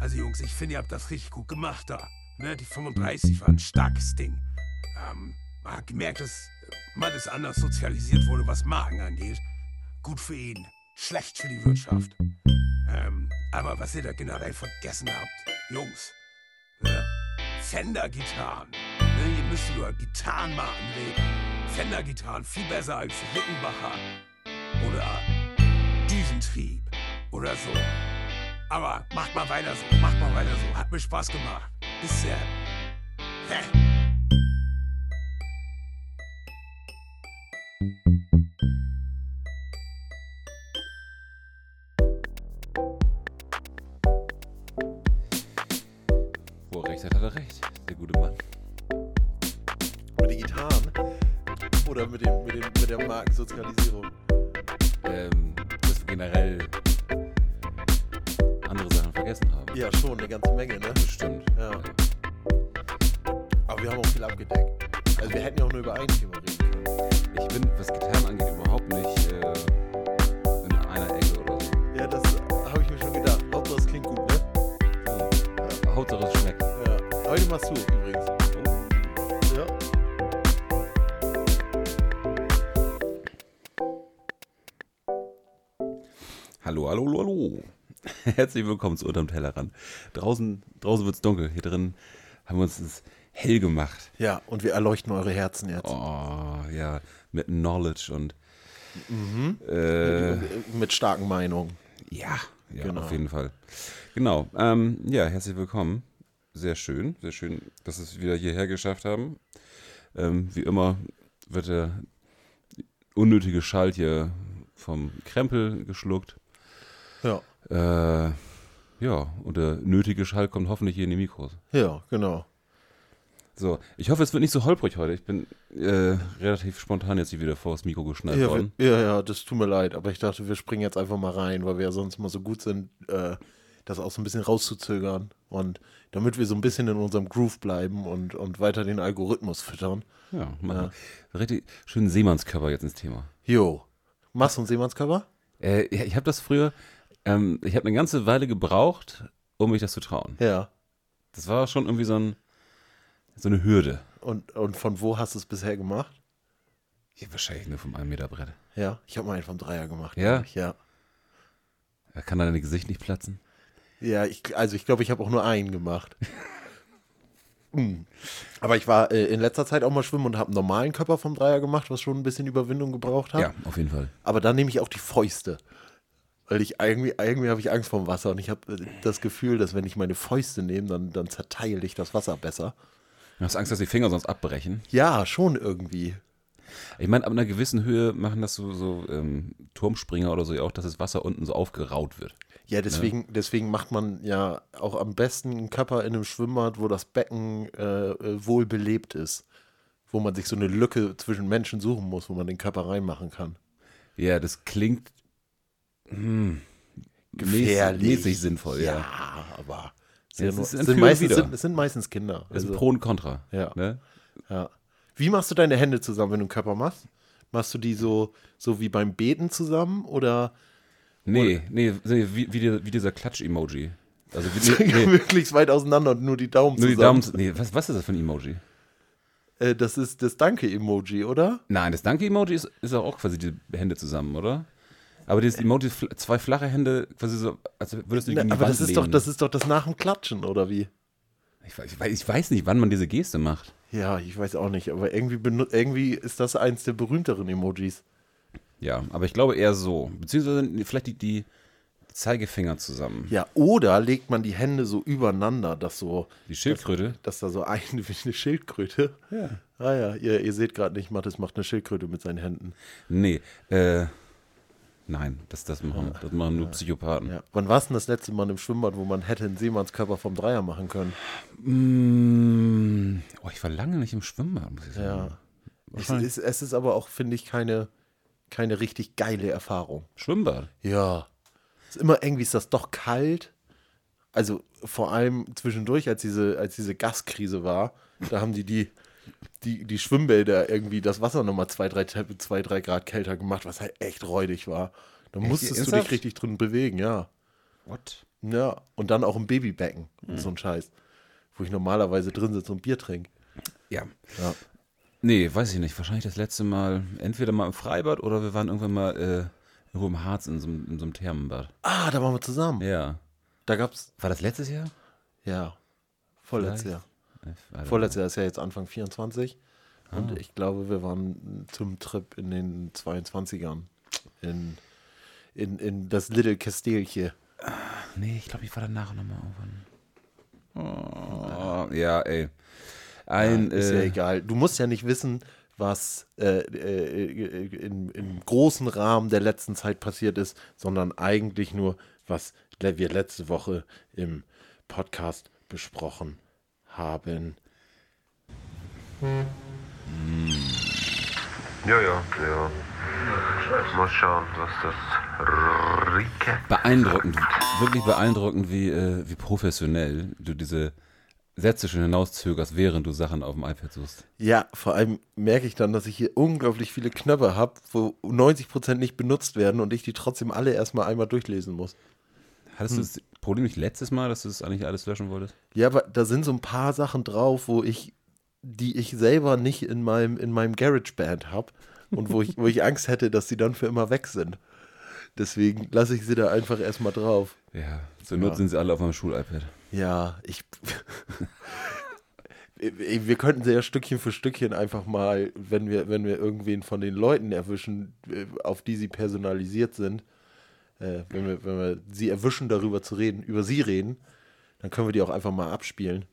Also Jungs, ich finde, ihr habt das richtig gut gemacht da. Ne, die 35 war ein starkes Ding. Ähm, man hat gemerkt, dass äh, Mattes anders sozialisiert wurde, was Magen angeht. Gut für ihn, schlecht für die Wirtschaft. Ähm, aber was ihr da generell vergessen habt, Jungs, ne? Fender-Gitarren. Ne, ihr müsst über Gitarrenmarken reden. Fender-Gitarren viel besser als Rickenbacher oder Düsentrieb oder so. Aber macht mal weiter so, macht mal weiter so. Hat mir Spaß gemacht. Bis dann. Hä? Wo er recht hat, hat er recht. Der gute Mann. Mit den Gitarren? Oder mit, dem, mit, dem, mit der Markensozialisierung? Ähm, dass wir generell andere Sachen vergessen haben. Ja, schon, eine ganze Menge, ne? Bestimmt. Ja. Aber wir haben auch viel abgedeckt. Also wir hätten ja auch nur über ein Thema reden können. Ich bin, was Gitarren angeht, überhaupt nicht äh, in einer Ecke oder so. Ja, das habe ich mir schon gedacht. Hauptsache, es klingt gut, ne? Ja. Hauptsache es schmeckt. Ja. Heute machst du übrigens. Ja. Hallo, hallo, hallo, hallo. Herzlich willkommen zu Unterm Tellerrand. Draußen, draußen wird es dunkel. Hier drin haben wir uns es hell gemacht. Ja, und wir erleuchten eure Herzen jetzt. Oh, ja, mit Knowledge und Mhm. äh, Mit starken Meinungen. Ja, ja Genau. auf jeden Fall. Genau. Ähm, ja, herzlich willkommen. Sehr schön, sehr schön, dass wir es wieder hierher geschafft haben. Ähm, wie immer wird der unnötige Schalt hier vom Krempel geschluckt. Ja. Äh, ja, und der nötige Schalt kommt hoffentlich hier in die Mikros. Ja, genau. So, ich hoffe, es wird nicht so holprig heute. Ich bin äh, relativ spontan jetzt hier wieder vor das Mikro geschnallt Ja, wir, worden. ja, ja, das tut mir leid, aber ich dachte, wir springen jetzt einfach mal rein, weil wir ja sonst immer so gut sind, äh, das auch so ein bisschen rauszuzögern. Und damit wir so ein bisschen in unserem Groove bleiben und, und weiter den Algorithmus füttern. Ja, machen wir. Richtig schönen Seemannskörper jetzt ins Thema. Jo, machst du ein Seemannscover? Äh, ja, ich habe das früher, ähm, ich habe eine ganze Weile gebraucht, um mich das zu trauen. Ja. Das war schon irgendwie so, ein, so eine Hürde. Und, und von wo hast du es bisher gemacht? Ja, wahrscheinlich nur vom 1 Meter Brett. Ja, ich habe mal einen vom Dreier gemacht. Ja? glaub Ich. Ja. Da Äh, kann dein Gesicht nicht platzen. Ja, ich, also ich glaube, ich habe auch nur einen gemacht. Hm. Aber ich war äh, in letzter Zeit auch mal schwimmen und habe einen normalen Körper vom Dreier gemacht, was schon ein bisschen Überwindung gebraucht hat. Ja, auf jeden Fall. Aber dann nehme ich auch die Fäuste. Weil ich irgendwie, irgendwie habe ich Angst vorm Wasser und ich habe äh, das Gefühl, dass wenn ich meine Fäuste nehme, dann, dann zerteile ich das Wasser besser. Du hast Angst, dass die Finger sonst abbrechen. Ja, schon irgendwie. Ich meine, ab einer gewissen Höhe machen das so, so ähm, Turmspringer oder so ja auch, dass das Wasser unten so aufgeraut wird. Ja, deswegen, deswegen macht man ja auch am besten einen Körper in einem Schwimmbad, wo das Becken äh, äh, wohl belebt ist. Wo man sich so eine Lücke zwischen Menschen suchen muss, wo man den Körper reinmachen kann. Ja, das klingt hm, mäßig, Gefährlich. mäßig sinnvoll, ja. Ja, aber Ja, sind, es nur, ist ein sind, Für und meistens, Wider. sind, es sind meistens Kinder. Das ist ein Also, Pro und Contra. Ja. Ne? ja. Wie machst du deine Hände zusammen, wenn du einen Körper machst? Machst du die so, so wie beim Beten zusammen oder Nee, nee, nee wie, wie, die- wie dieser Klatsch-Emoji. Also wie, nee, nee, möglichst weit auseinander und nur die Daumen nur die zusammen? Daumen. Nee, was, was ist das für ein Emoji? Äh, das ist das Danke-Emoji, oder? Nein, das Danke-Emoji ist, ist auch quasi die Hände zusammen, oder? Aber dieses Emoji, fl- zwei flache Hände, quasi so, als würdest du die Na, gegen die aber Wand das ist, lehnen. doch, das ist doch das nach dem Klatschen, oder wie? ich, weiß- ich, weiß, ich weiß nicht, wann man diese Geste macht. Ja, ich weiß auch nicht, aber irgendwie, benu- irgendwie ist das eins der berühmteren Emojis. Ja, aber ich glaube eher so. Beziehungsweise vielleicht die, die Zeigefinger zusammen. Ja, oder legt man die Hände so übereinander, dass so, Die Schildkröte. dass da so ein, wie eine Schildkröte. Ja. Ah ja, ihr, ihr seht gerade nicht, Mathis macht eine Schildkröte mit seinen Händen. Nee, äh, nein, das, das, machen, das machen nur Psychopathen. Ja. Wann war es denn das letzte Mal im Schwimmbad, wo man hätte einen Seemannskörper vom Dreier machen können? Mm, oh, ich war lange nicht im Schwimmbad, muss ich sagen. Ja. Es ist, es ist aber auch, finde ich, keine, keine richtig geile Erfahrung. Schwimmbad? Ja. Ist immer irgendwie ist das doch kalt. Also vor allem zwischendurch, als diese, als diese Gaskrise war, da haben die die, die, die Schwimmbäder irgendwie das Wasser nochmal zwei drei, Te- zwei, drei Grad kälter gemacht, was halt echt räudig war. Da musstest du dich Ernsthaft? richtig drin bewegen, ja. What? Ja, Ne? und dann auch im Babybecken Mhm. und so ein Scheiß, wo ich normalerweise drin sitze und Bier trinke. Ja. Ja. Nee, weiß ich nicht. Wahrscheinlich das letzte Mal, entweder mal im Freibad oder wir waren irgendwann mal äh, irgendwo im Harz in so, einem- in so einem Thermenbad. Ah, da waren wir zusammen. Ja. Da gab's, War das letztes Jahr? ja, vorletztes Vielleicht. Jahr. Äh, warte. Vorletztes Jahr ist ja jetzt Anfang 24. Ah. Und ich glaube, wir waren zum Trip in den 22ern. In, in, in das Little Kastelche. Nee, ich glaube, ich war danach nochmal irgendwann. Oh, ja, ey. Ein, Ist Ah. ja äh, egal. Du musst ja nicht wissen, was äh, äh, in, im großen Rahmen der letzten Zeit passiert ist, sondern eigentlich nur, was le- wir letzte Woche im Podcast besprochen haben. Ja, ja, ja. Mal schauen, was das Recap beeindruckend, wirklich beeindruckend, wie, äh, wie professionell du diese Sätze schon hinauszögerst, während du Sachen auf dem iPad suchst. Ja, vor allem merke ich dann, dass ich hier unglaublich viele Knöpfe habe, wo 90% nicht benutzt werden und ich die trotzdem alle erstmal einmal durchlesen muss. Hattest Hm. du das Problem nicht letztes Mal, dass du das eigentlich alles löschen wolltest? Ja, aber da sind so ein paar Sachen drauf, wo ich, die ich selber nicht in meinem, in meinem Garage-Band habe und wo ich, wo ich Angst hätte, dass die dann für immer weg sind. Deswegen lasse ich sie da einfach erstmal drauf. Ja. Zur Not sind sie alle auf meinem Schul-iPad. Ja, ich. Wir könnten sie ja Stückchen für Stückchen einfach mal, wenn wir, wenn wir irgendwen von den Leuten erwischen, äh, auf die sie personalisiert sind, äh, wenn wir, wenn wir sie erwischen, darüber zu reden, über sie reden, dann können wir die auch einfach mal abspielen.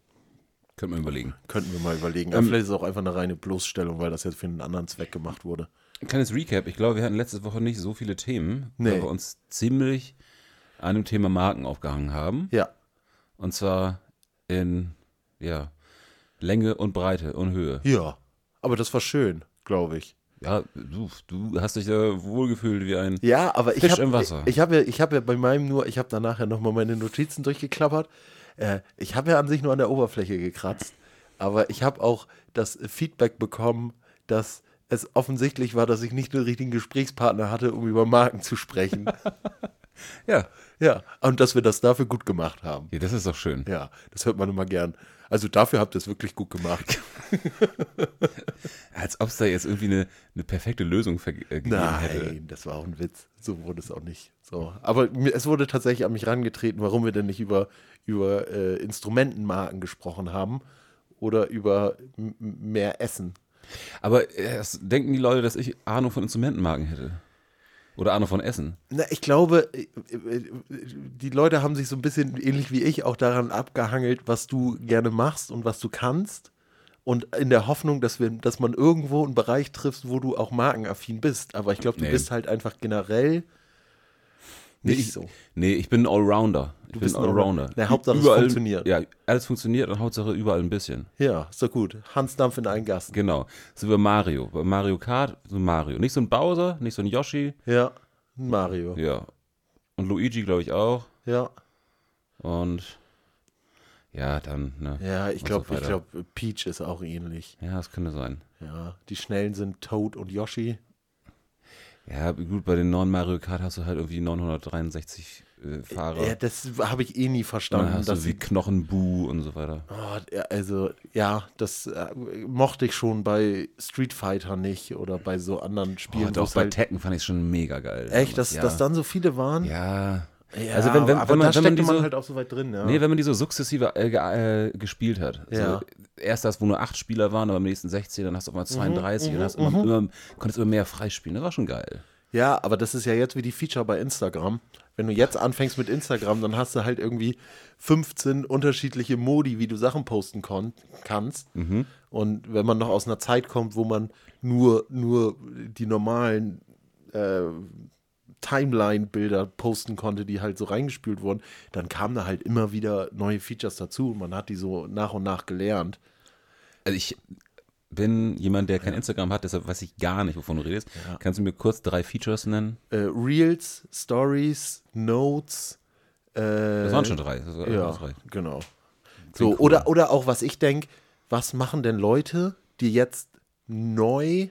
Könnte man überlegen. Könnten wir mal überlegen. Aber vielleicht ist es auch einfach eine reine Bloßstellung, weil das jetzt für einen anderen Zweck gemacht wurde. Ein kleines Recap. Ich glaube, wir hatten letzte Woche nicht so viele Themen, Nee. weil wir uns ziemlich an dem Thema Marken aufgehangen haben. Ja, Und zwar in, ja, Länge und Breite und Höhe. ja. Aber das war schön, glaube ich. Ja, du, du hast dich da wohlgefühlt wie ein. Ja, aber ich Fisch habe im Wasser. ich habe ja, ich habe ja bei meinem nur, ich habe danach ja nochmal meine Notizen durchgeklappert. Äh, ich habe ja an sich nur an der Oberfläche gekratzt, aber ich habe auch das Feedback bekommen, dass es offensichtlich war, dass ich nicht den richtigen Gesprächspartner hatte, um über Marken zu sprechen. Ja. ja, und dass wir das dafür gut gemacht haben. ja, das ist doch schön. Ja, das hört man immer gern. Also dafür habt ihr es wirklich gut gemacht. Als ob es da jetzt irgendwie eine, eine perfekte Lösung verge- äh, gegeben hätte. Nein, das war auch ein Witz. So wurde es auch nicht. So. Aber mir- es wurde tatsächlich an mich herangetreten, warum wir denn nicht über, über äh, Instrumentenmarken gesprochen haben oder über m- m- mehr Essen. Aber äh, es denken die Leute, dass ich Ahnung von Instrumentenmarken hätte. Oder Ahnung von Essen. Na, ich glaube, äh, äh, die Leute haben sich so ein bisschen ähnlich wie ich auch daran abgehangelt, was du gerne machst und was du kannst. Und in der Hoffnung, dass, wir, dass man irgendwo einen Bereich trifft, wo du auch markenaffin bist. Aber ich glaube, du Nee. bist halt einfach generell Nee, nicht ich, so. Nee, ich bin ein Allrounder. Ich bin bist ein Allrounder. Na, Hauptsache, es funktioniert. Ja, alles funktioniert und Hauptsache überall ein bisschen. Ja, ist doch gut. Hans Dampf in einen Gast. Genau. So wie Mario. Bei Mario Kart, so ein Mario. Nicht so ein Bowser, nicht so ein Yoshi. Ja, ein Mario. Ja. Ja. Und Luigi, glaube ich, auch. Und ja, dann, ne? Ja, ich Und glaube, so ich weiter. glaube, Peach ist auch ähnlich. Ja, das könnte sein. Ja, die Schnellen sind Toad und Yoshi. Ja, gut, bei den neuen Mario Kart hast du halt irgendwie 963 äh, Fahrer. Ja, das habe ich eh nie Und dann verstanden. hast du Dass wie sie, Knochenbu und so weiter. oh, ja, also, ja, das äh, mochte ich schon bei Street Fighter nicht oder bei so anderen Spielen. Boah, wo Oh, doch, es bei halt- Tekken fand ich schon mega geil. Echt, dass, ja. dass dann so viele waren? Ja. Ja, also wenn, wenn, aber wenn man, da wenn man steckte die man, so, halt auch so weit drin, ja. nee, wenn man die so sukzessive äh, ge, äh, gespielt hat. Ja. Mhm, So, erst das, wo nur acht Spieler waren, aber am nächsten 16, dann hast du auf einmal 32 und hast immer, immer, konntest immer mehr freispielen. Das war schon geil. Ja, aber das ist ja jetzt wie die Feature bei Instagram. Wenn du jetzt anfängst mit Instagram, dann hast du halt irgendwie 15 unterschiedliche Modi, wie du Sachen posten kon kannst. Mhm. Und wenn man noch aus einer Zeit kommt, wo man nur, nur die normalen äh, Timeline-Bilder posten konnte, die halt so reingespült wurden, dann kamen da halt immer wieder neue Features dazu und man hat die so nach und nach gelernt. Also ich bin jemand, der kein Instagram hat, deshalb weiß ich gar nicht, wovon du redest. Kannst du mir kurz drei Features nennen? Äh, Reels, Stories, Notes. Äh, Das waren schon drei. Das war- Ja, das reicht. genau. So, oder, oder auch, was ich denke, was machen denn Leute, die jetzt neu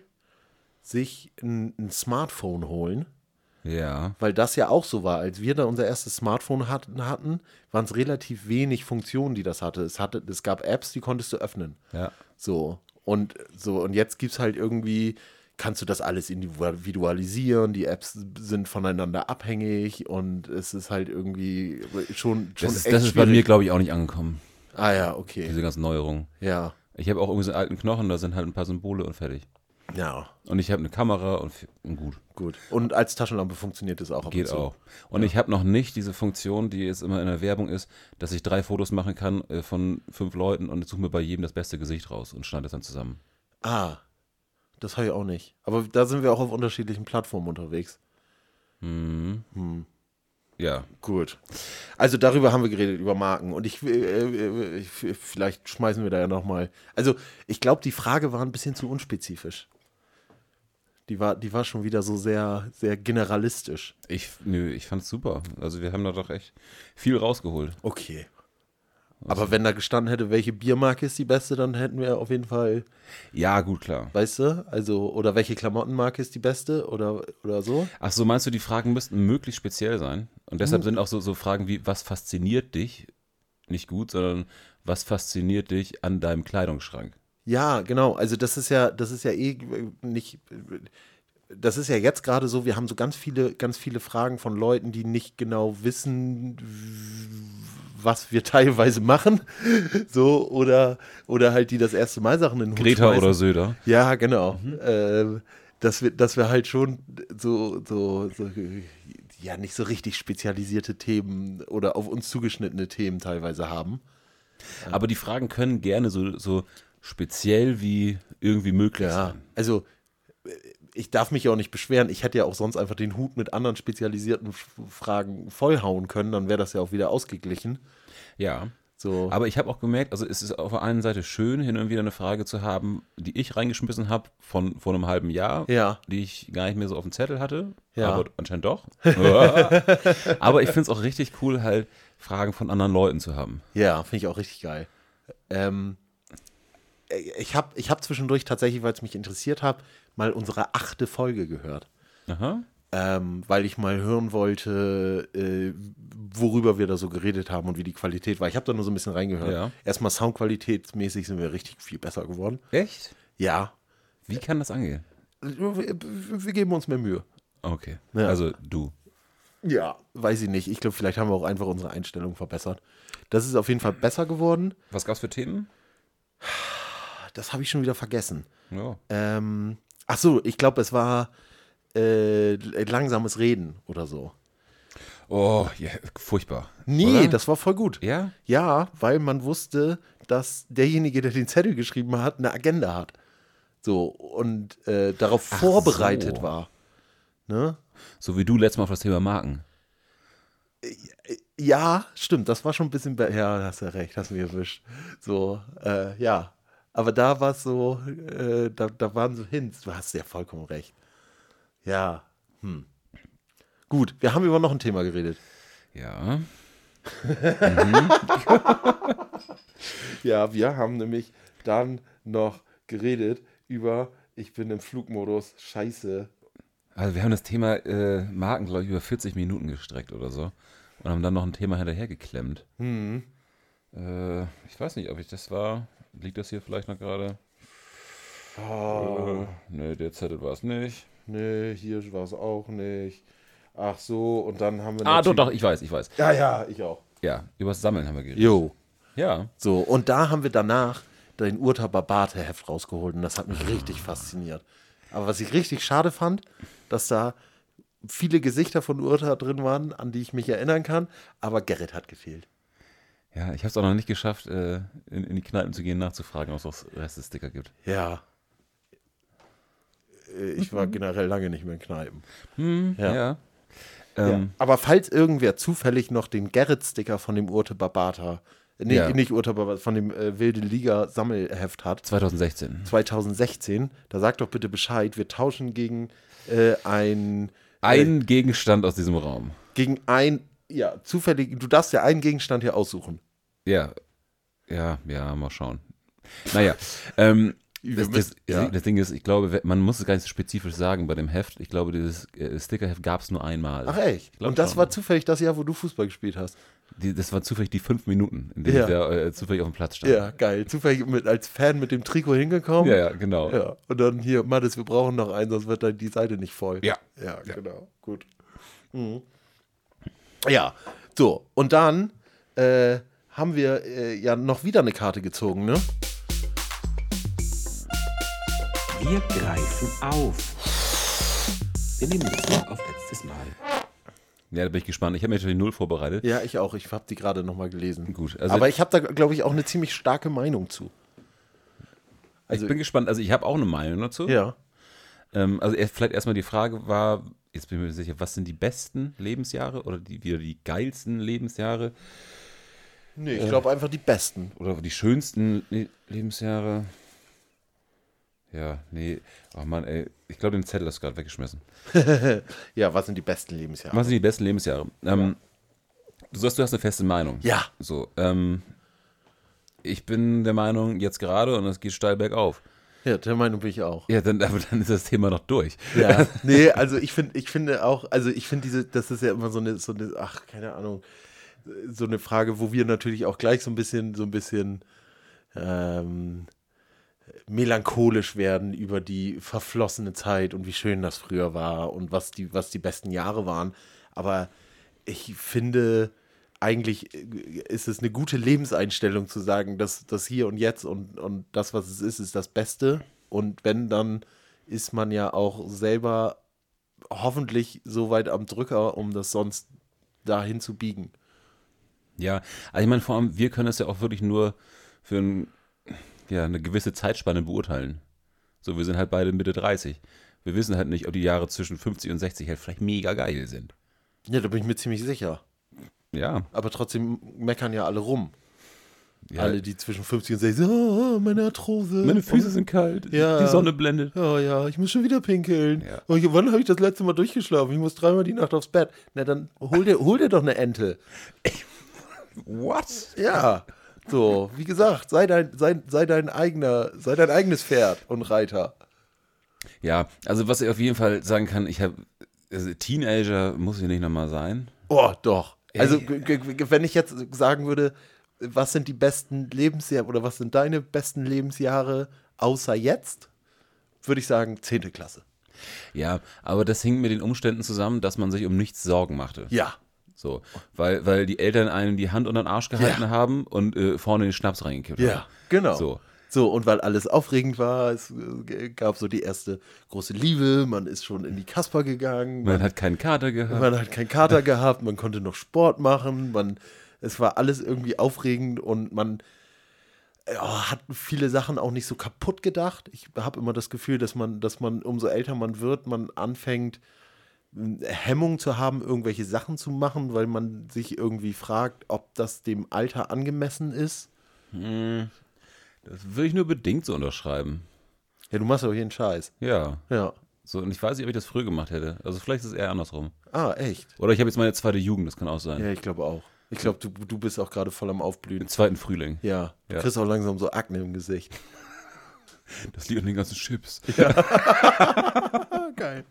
sich ein, ein Smartphone holen Ja. Weil das ja auch so war. Als wir da unser erstes Smartphone hatten, hatten waren es relativ wenig Funktionen, die das hatte. Es, hatte. es gab Apps, die konntest du öffnen. Ja. So. Und so, und jetzt gibt es halt irgendwie, kannst du das alles individualisieren, die Apps sind voneinander abhängig und es ist halt irgendwie schon, schon Das ist, echt das ist bei mir, schwierig. glaube ich, auch nicht angekommen, Ah ja, okay. diese ganzen Neuerungen. Ja. Ich habe auch irgendwie so einen alten Knochen, da sind halt ein paar Symbole und fertig. Ja, Und ich habe eine Kamera und, f- und gut. gut. Und als Taschenlampe funktioniert das auch. ab und Geht zu. auch. Und ich habe noch nicht diese Funktion, die jetzt immer in der Werbung ist, dass ich drei Fotos machen kann äh, von fünf Leuten und suche mir bei jedem das beste Gesicht raus und schneide das dann zusammen. Ah, das habe ich auch nicht. Aber da sind wir auch auf unterschiedlichen Plattformen unterwegs. Ja. Gut. Also darüber haben wir geredet, über Marken. Und ich, äh, äh, ich vielleicht schmeißen wir da ja nochmal. Also ich glaube, die Frage war ein bisschen zu unspezifisch. Die war, die war schon wieder so sehr, sehr generalistisch. Ich, nö, ich fand's super. Also wir haben da doch echt viel rausgeholt. Okay. Also Aber wenn da gestanden hätte, welche Biermarke ist die beste, dann hätten wir auf jeden Fall, Ja, gut, klar. weißt du, also, oder welche Klamottenmarke ist die beste oder, oder so. Ach so, meinst du, die Fragen müssten möglichst speziell sein? Und deshalb sind auch so, so Fragen wie, was fasziniert dich? Nicht gut, sondern was fasziniert dich an deinem Kleidungsschrank? Ja, genau. Also das ist ja, das ist ja eh äh, nicht. äh, Das ist ja jetzt gerade so, wir haben so ganz viele, ganz viele Fragen von Leuten, die nicht genau wissen, w- was wir teilweise machen. So, oder, oder halt die das erste Mal Sachen in den Hut Greta schmeißen. oder Söder? Ja, genau. Ähm, dass, wir, dass wir halt schon so, so, so, ja, nicht so richtig spezialisierte Themen oder auf uns zugeschnittene Themen teilweise haben. Aber die Fragen können gerne so, so speziell wie irgendwie möglich Ja, sein. also äh, ich darf mich ja auch nicht beschweren. Ich hätte ja auch sonst einfach den Hut mit anderen spezialisierten F- Fragen vollhauen können, dann wäre das ja auch wieder ausgeglichen. Ja. So, Aber ich habe auch gemerkt, also es ist auf der einen Seite schön, hin und wieder eine Frage zu haben, die ich reingeschmissen habe von vor einem halben Jahr, Ja. die ich gar nicht mehr so auf dem Zettel hatte, Ja. aber anscheinend doch. aber ich finde es auch richtig cool, halt Fragen von anderen Leuten zu haben. ja, finde ich auch richtig geil. Ähm, äh, ich habe ich hab zwischendurch tatsächlich, weil es mich interessiert hat, mal unsere achte Folge gehört. Aha. Ähm, weil ich mal hören wollte, äh, worüber wir da so geredet haben und wie die Qualität war. Ich habe da nur so ein bisschen reingehört. Ja. Erstmal soundqualitätsmäßig sind wir richtig viel besser geworden. Echt? Ja, Wie kann das angehen? wir, wir geben uns mehr Mühe. Okay. Ja. Also du. Ja. Weiß ich nicht. Ich glaube, vielleicht haben wir auch einfach unsere Einstellung verbessert. Das ist auf jeden Fall besser geworden. Was gab's für Themen? Das habe ich schon wieder vergessen. Ja. Ähm, ach so, ich glaube, es war äh, langsames Reden oder so. Oh, ja, furchtbar. Nee, Oder? das war voll gut. Ja? Ja, weil man wusste, dass derjenige, der den Zettel geschrieben hat, eine Agenda hat. So, und äh, darauf Ach vorbereitet so. war. Ne? So wie du letztes Mal auf das Thema Marken. Ja, stimmt, das war schon ein bisschen be- Ja, hast ja recht, hast mir erwischt. So, äh, ja. Aber da war es so, äh, da, da waren so Hints. Du hast ja vollkommen recht. Ja. Hm. Gut, wir haben über noch ein Thema geredet. Ja. Ja, wir haben nämlich dann noch geredet über, ich bin im Flugmodus, scheiße. Also wir haben das Thema äh, Marken, glaube ich, über 40 Minuten gestreckt oder so. Und haben dann noch ein Thema hinterhergeklemmt. Hm. Äh, ich weiß nicht, ob ich das war. Liegt das hier vielleicht noch gerade? Äh, nee, der Zettel war es nicht. Oh, Nee, hier war es auch nicht. Ach so, und dann haben wir. Ah, doch, natürlich- doch, ich weiß, ich weiß. Ja, ja, ich auch. Ja, über das Sammeln haben wir geredet. Jo. Ja. So, und da haben wir danach dein Urta Barbate Heft rausgeholt und das hat mich richtig fasziniert. Aber was ich richtig schade fand, dass da viele Gesichter von Urta drin waren, an die ich mich erinnern kann, aber Gerrit hat gefehlt. Ja, ich habe es auch noch nicht geschafft, äh, in, in die Kneipen zu gehen, nachzufragen, ob es noch Reste-Sticker gibt. Ja. Äh, Ich war generell lange nicht mehr in Kneipen. Hm, Ja. Ja. Ähm, Ja. Aber falls irgendwer zufällig noch den Gerrit-Sticker von dem Urte Barbata, nee, Ja. nicht Urte Barbata, von dem äh, Wilde Liga Sammelheft hat, 2016. 2016, da sagt doch bitte Bescheid, wir tauschen gegen äh, ein, Ein Gegenstand aus diesem Raum. gegen ein, ja, zufällig, du darfst ja einen Gegenstand hier aussuchen. Ja, ja, ja, mal schauen. Naja, ähm, Wir Das, das, müssen- ja. das Ding ist, ich glaube, we- man muss es gar nicht so spezifisch sagen bei dem Heft. Ich glaube, dieses äh, Stickerheft gab es nur einmal. Ach echt? Ich glaub Und das schon. war zufällig das Jahr, wo du Fußball gespielt hast. Die, das war zufällig die fünf Minuten, in denen Ja. ich da äh, zufällig auf dem Platz stand. Ja, geil. Zufällig mit, als Fan mit dem Trikot hingekommen. ja, ja genau. Ja, und dann hier, Mathis, wir brauchen noch einen, sonst wird dann die Seite nicht voll. Ja. Ja, genau. Gut. Mhm. Ja, so. Und dann äh, haben wir äh, ja noch wieder eine Karte gezogen, ne? Wir greifen auf. Wir nehmen Bezug auf letztes Mal. Ja, da bin ich gespannt. Ich habe mir natürlich null vorbereitet. Ja, ich auch. Ich habe die gerade nochmal gelesen. Gut, also- Aber ich habe da, glaube ich, auch eine ziemlich starke Meinung zu. also- ich bin gespannt. Also ich habe auch eine Meinung dazu. Ja. Ähm, also erst, vielleicht erstmal die Frage war, jetzt bin ich mir nicht sicher, was sind die besten Lebensjahre oder die, wieder die geilsten Lebensjahre Nee, ich glaube einfach die besten. oder die schönsten Le Lebensjahre? Ja, nee. Ach man, ey, ich glaube, den Zettel hast du gerade weggeschmissen. Ja, was sind die besten Lebensjahre? Was sind die besten Lebensjahre? Ähm, Du sagst, du hast eine feste Meinung. Ja. So, ähm, ich bin der Meinung, jetzt gerade und es geht steil bergauf. Ja, der Meinung bin ich auch. Ja, dann, aber dann ist das Thema noch durch. Ja, nee, also ich finde, ich finde auch, also ich finde diese, das ist ja immer so eine, so eine, ach, keine Ahnung, so eine Frage, wo wir natürlich auch gleich so ein bisschen, so ein bisschen ähm, melancholisch werden über die verflossene Zeit und wie schön das früher war und was die, was die besten Jahre waren. Aber ich finde, eigentlich äh, ist es eine gute Lebenseinstellung zu sagen, dass das hier und jetzt und, und das, was es ist, ist das Beste. Und wenn, dann ist man ja auch selber hoffentlich so weit am Drücker, um das sonst dahin zu biegen. Ja, also ich meine, vor allem, wir können das ja auch wirklich nur für ein, ja, eine gewisse Zeitspanne beurteilen. So, wir sind halt beide Mitte 30. Wir wissen halt nicht, ob die Jahre zwischen 50 und 60 halt vielleicht mega geil sind. Ja, da bin ich mir ziemlich sicher. Ja. Aber trotzdem meckern ja alle rum. ja Alle, die zwischen 50 und 60, oh, meine Arthrose. meine Füße sind kalt, Ja. die Sonne blendet. Oh ja, ich muss schon wieder pinkeln. Ja. Oh, ich, wann habe ich das letzte Mal durchgeschlafen? Ich muss dreimal die Nacht aufs Bett. Na, dann hol dir, hol dir doch eine Ente. What? Ja. So, wie gesagt, sei dein, sei, sei dein eigener, sei dein eigenes Pferd und Reiter. Ja, also was ich auf jeden Fall sagen kann, ich habe, also Teenager muss ich nicht nochmal sein. Oh, doch. Also, g- g- g- wenn ich jetzt sagen würde, was sind die besten Lebensjahre oder was sind deine besten Lebensjahre außer jetzt, würde ich sagen, 10. Klasse. Ja, aber das hing mit den Umständen zusammen, dass man sich um nichts Sorgen machte. Ja. So, weil, weil die Eltern einem die Hand unter den Arsch gehalten Ja. haben und äh, vorne den Schnaps reingekippt haben. Genau. So. So. So, und weil alles aufregend war, es äh, gab so die erste große Liebe, man ist schon in die Kasper gegangen, Man hat keinen Kater gehabt. Man hat keinen Kater gehabt, man konnte noch Sport machen, man, es war alles irgendwie aufregend und man ja, hat viele Sachen auch nicht so kaputt gedacht. Ich habe immer das Gefühl, dass man, dass man, umso älter man wird, man anfängt, Hemmung zu haben, irgendwelche Sachen zu machen, weil man sich irgendwie fragt, ob das dem Alter angemessen ist. Das würde ich nur bedingt so unterschreiben. Ja, du machst doch jeden Scheiß. Ja. Ja. So, und ich weiß nicht, ob ich das früher gemacht hätte. Also vielleicht ist es eher andersrum. Ah, echt? Oder ich habe jetzt meine zweite Jugend, das kann auch sein. Ja, ich glaube auch. Ich glaube, du, du bist auch gerade voll am Aufblühen. Den zweiten Frühling. Ja, du Ja. kriegst auch langsam so Akne im Gesicht. Das liegt an den ganzen Chips. Geil.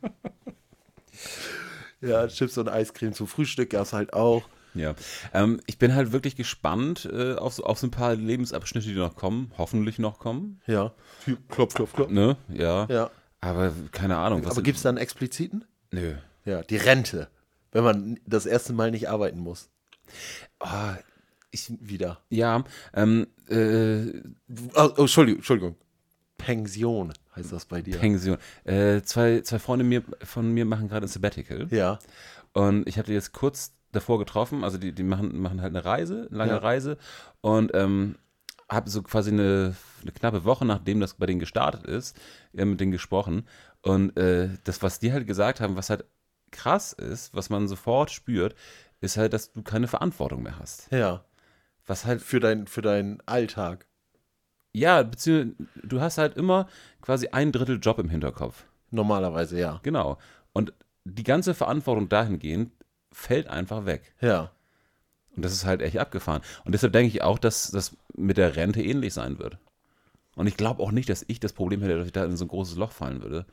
Ja, Chips und Eiscreme zum Frühstück gab es halt auch. Ja. Ähm, ich bin halt wirklich gespannt äh, auf, so, auf so ein paar Lebensabschnitte, die noch kommen. Hoffentlich noch kommen. Ja. Hier, Klopf, klopf, klopf. Ne? Ja. Ja. Aber keine Ahnung. Was Aber sind- gibt es da einen expliziten? Nö. Ja, die Rente. Wenn man das erste Mal nicht arbeiten muss. Ah, Ich wieder. ja. Ähm, äh, Oh, oh, Entschuldigung, Entschuldigung. Pension heißt das bei dir. Pension. Äh, zwei, zwei Freunde mir, von mir machen gerade ein Sabbatical. ja. Und ich habe die jetzt kurz davor getroffen. Also die, die machen, machen halt eine Reise, eine lange Ja. Reise. Und ähm, habe so quasi eine, eine knappe Woche, nachdem das bei denen gestartet ist, ja, mit denen gesprochen. Und äh, das, was die halt gesagt haben, was halt krass ist, was man sofort spürt, ist halt, dass du keine Verantwortung mehr hast. Ja. Was halt Für, dein, für deinen Alltag. Ja, beziehungsweise du hast halt immer quasi ein Drittel Job im Hinterkopf. Normalerweise, ja. Genau. Und die ganze Verantwortung dahingehend fällt einfach weg. Ja. Und das ist halt echt abgefahren. Und deshalb denke ich auch, dass das mit der Rente ähnlich sein wird. Und ich glaube auch nicht, dass ich das Problem hätte, dass ich da in so ein großes Loch fallen würde.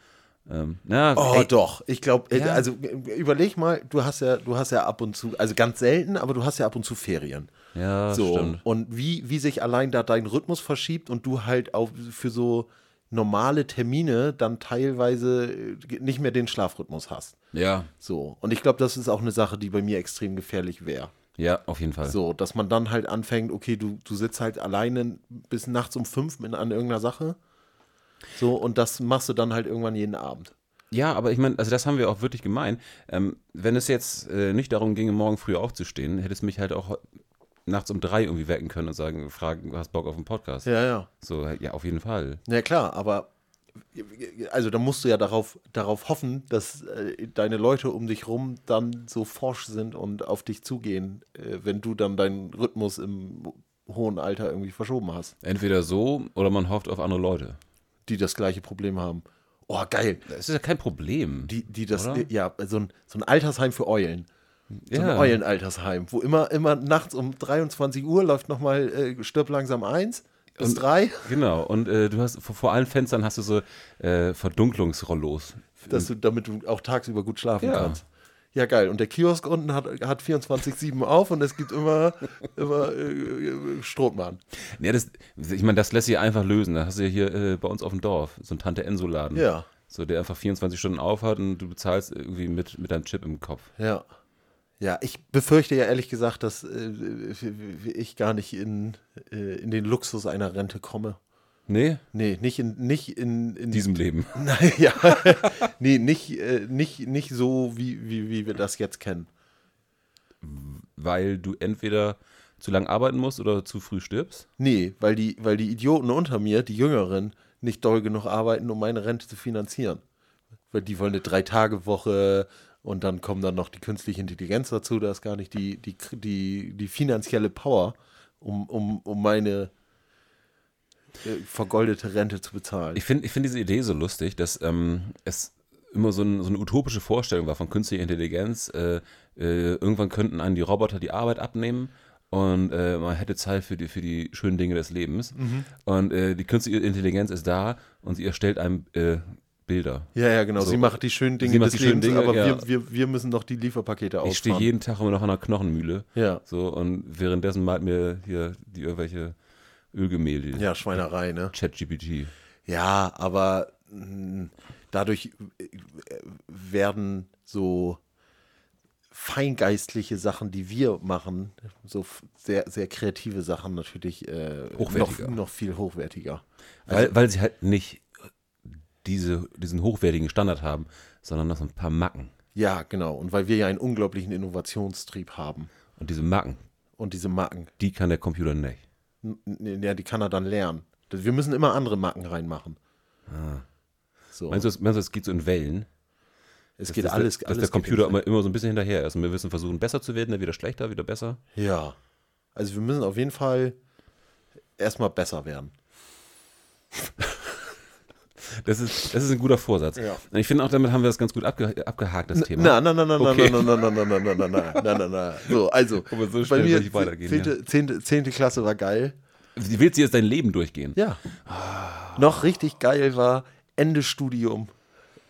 Ähm, na, Oh, ey, doch. Ich glaube, Ja. also überleg mal, du hast ja, du hast ja ab und zu, also ganz selten, aber du hast ja ab und zu Ferien. ja, so. Ah, stimmt. Und wie, wie sich allein da dein Rhythmus verschiebt und du halt auch für so normale Termine dann teilweise äh, nicht mehr den Schlafrhythmus hast. Ja, So. Und ich glaube, das ist auch eine Sache, die bei mir extrem gefährlich wäre. ja, auf jeden Fall. So, dass man dann halt anfängt, okay, du, du sitzt halt alleine bis nachts um fünf in, an irgendeiner Sache. So, und das machst du dann halt irgendwann jeden Abend. Ja, aber ich meine, also das haben wir auch wirklich gemein. Ähm, wenn es jetzt äh, nicht darum ginge, morgen früh aufzustehen, hätte es mich halt auch nachts um drei irgendwie wecken können und sagen, fragen, hast Bock auf einen Podcast? Ja, ja. So, ja, auf jeden Fall. Ja, klar, aber also da musst du ja darauf, darauf hoffen, dass äh, deine Leute um dich rum dann so forsch sind und auf dich zugehen, äh, wenn du dann deinen Rhythmus im hohen Alter irgendwie verschoben hast, Entweder so oder man hofft auf andere Leute. die das gleiche Problem haben. Oh, geil. Das ist ja kein Problem. Die, die das, Oder? ja, so ein, so ein Altersheim für Eulen. So ein Ja. Eulenaltersheim, wo immer, immer nachts um 23 Uhr läuft nochmal äh, Stirb langsam eins bis drei. Genau, und äh, du hast vor, vor allen Fenstern hast du so äh, Verdunklungsrollos. dass du, damit du auch tagsüber gut schlafen Mhm. Ja. kannst. Ja, geil. Und der Kiosk unten hat, hat 24-7 auf und es gibt immer, immer äh, Strohmann. Ja, das, ich meine, das lässt sich einfach lösen. Da hast du ja hier äh, bei uns auf dem Dorf so einen Tante-Enso-Laden. Ja. So, der einfach 24 Stunden aufhat und du bezahlst irgendwie mit, mit deinem Chip im Kopf. Ja. Ja, ich befürchte ja ehrlich gesagt, dass äh, ich gar nicht in, äh, in den Luxus einer Rente komme. Nee, Nee, nicht in, nicht in, in in diesem Leben. Nein, ja. nee, nicht, äh, nicht, nicht so, wie, wie, wie wir das jetzt kennen. Weil du entweder zu lang arbeiten musst oder zu früh stirbst. Nee, weil die, weil die Idioten unter mir, die Jüngeren, nicht doll genug arbeiten, um meine Rente zu finanzieren. Weil die wollen eine Drei-Tage-Woche und dann kommen dann noch die künstliche Intelligenz dazu, da ist gar nicht die, die, die, die finanzielle Power, um, um, um meine äh, vergoldete Rente zu bezahlen. Ich finde ich find diese Idee so lustig, dass ähm, es immer so, ein, so eine utopische Vorstellung war von künstlicher Intelligenz. Äh, äh, irgendwann könnten einen die Roboter die Arbeit abnehmen und äh, man hätte Zeit für die, für die schönen Dinge des Lebens. Mhm. Und äh, die künstliche Intelligenz ist da und sie erstellt einem äh, Bilder. ja, ja, genau. So. sie macht die schönen Dinge Sie macht des die schönen Lebens, Dinge, aber ja. wir, wir, wir müssen noch die Lieferpakete Ich stehe ausfahren. jeden Tag immer noch an einer Knochenmühle. Ja. So, und währenddessen malt mir hier die irgendwelche Ölgemälde. Ja, Schweinerei, ne? ChatGPT. Ja, aber mh, dadurch äh, werden so feingeistliche Sachen, die wir machen, so f- sehr, sehr kreative Sachen natürlich äh, Hochwertiger. Noch, noch viel hochwertiger. Weil, weil sie halt nicht diese, diesen hochwertigen Standard haben, sondern noch so ein paar Macken. Ja, genau. Und weil wir ja einen unglaublichen Innovationstrieb haben Und diese Macken, und diese Macken, die kann der Computer nicht. n- n- ja, die kann er dann lernen. Wir müssen immer andere Macken reinmachen. So. Ah. Meinst du, das, meinst du, das geht so in Wellen? es Dass geht das, alles, Dass alles der geht Computer ins- immer, immer so ein bisschen hinterher ist. Und wir wissen, versuchen besser zu werden, dann wieder schlechter, wieder besser. Ja. Also wir müssen auf jeden Fall erstmal besser werden. Das ist, das ist ein guter Vorsatz. Ja. Und ich finde auch, damit haben wir das ganz gut abge, abgehakt, das Thema. Na, na, na, na, Okay. na, na, na, na, na, na, na, na, na, na, na. So, also, Aber so schnell soll ich weitergehen, zehnte, zehnte, zehnte Klasse war geil. Willst du jetzt dein Leben durchgehen? Ja. Noch richtig geil war Ende Studium.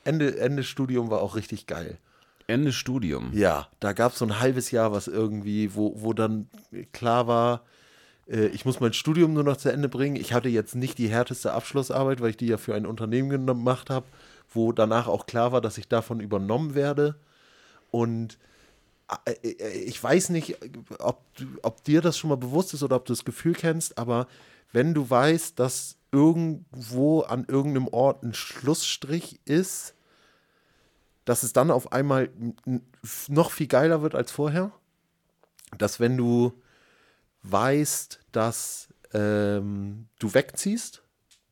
Ende, Ende Studium war auch richtig geil. Ende Studium. Ja, da gab es so ein halbes Jahr, was irgendwie, wo, wo dann klar war, äh, ich muss mein Studium nur noch zu Ende bringen. Ich hatte jetzt nicht die härteste Abschlussarbeit, weil ich die ja für ein Unternehmen gemacht habe, wo danach auch klar war, dass ich davon übernommen werde. Und äh, äh, ich weiß nicht, ob, du- ob dir das schon mal bewusst ist oder ob du das Gefühl kennst, aber wenn du weißt, dass irgendwo an irgendeinem Ort ein Schlussstrich ist, dass es dann auf einmal n- n- f- noch viel geiler wird als vorher. Dass wenn du weißt, dass ähm, du wegziehst,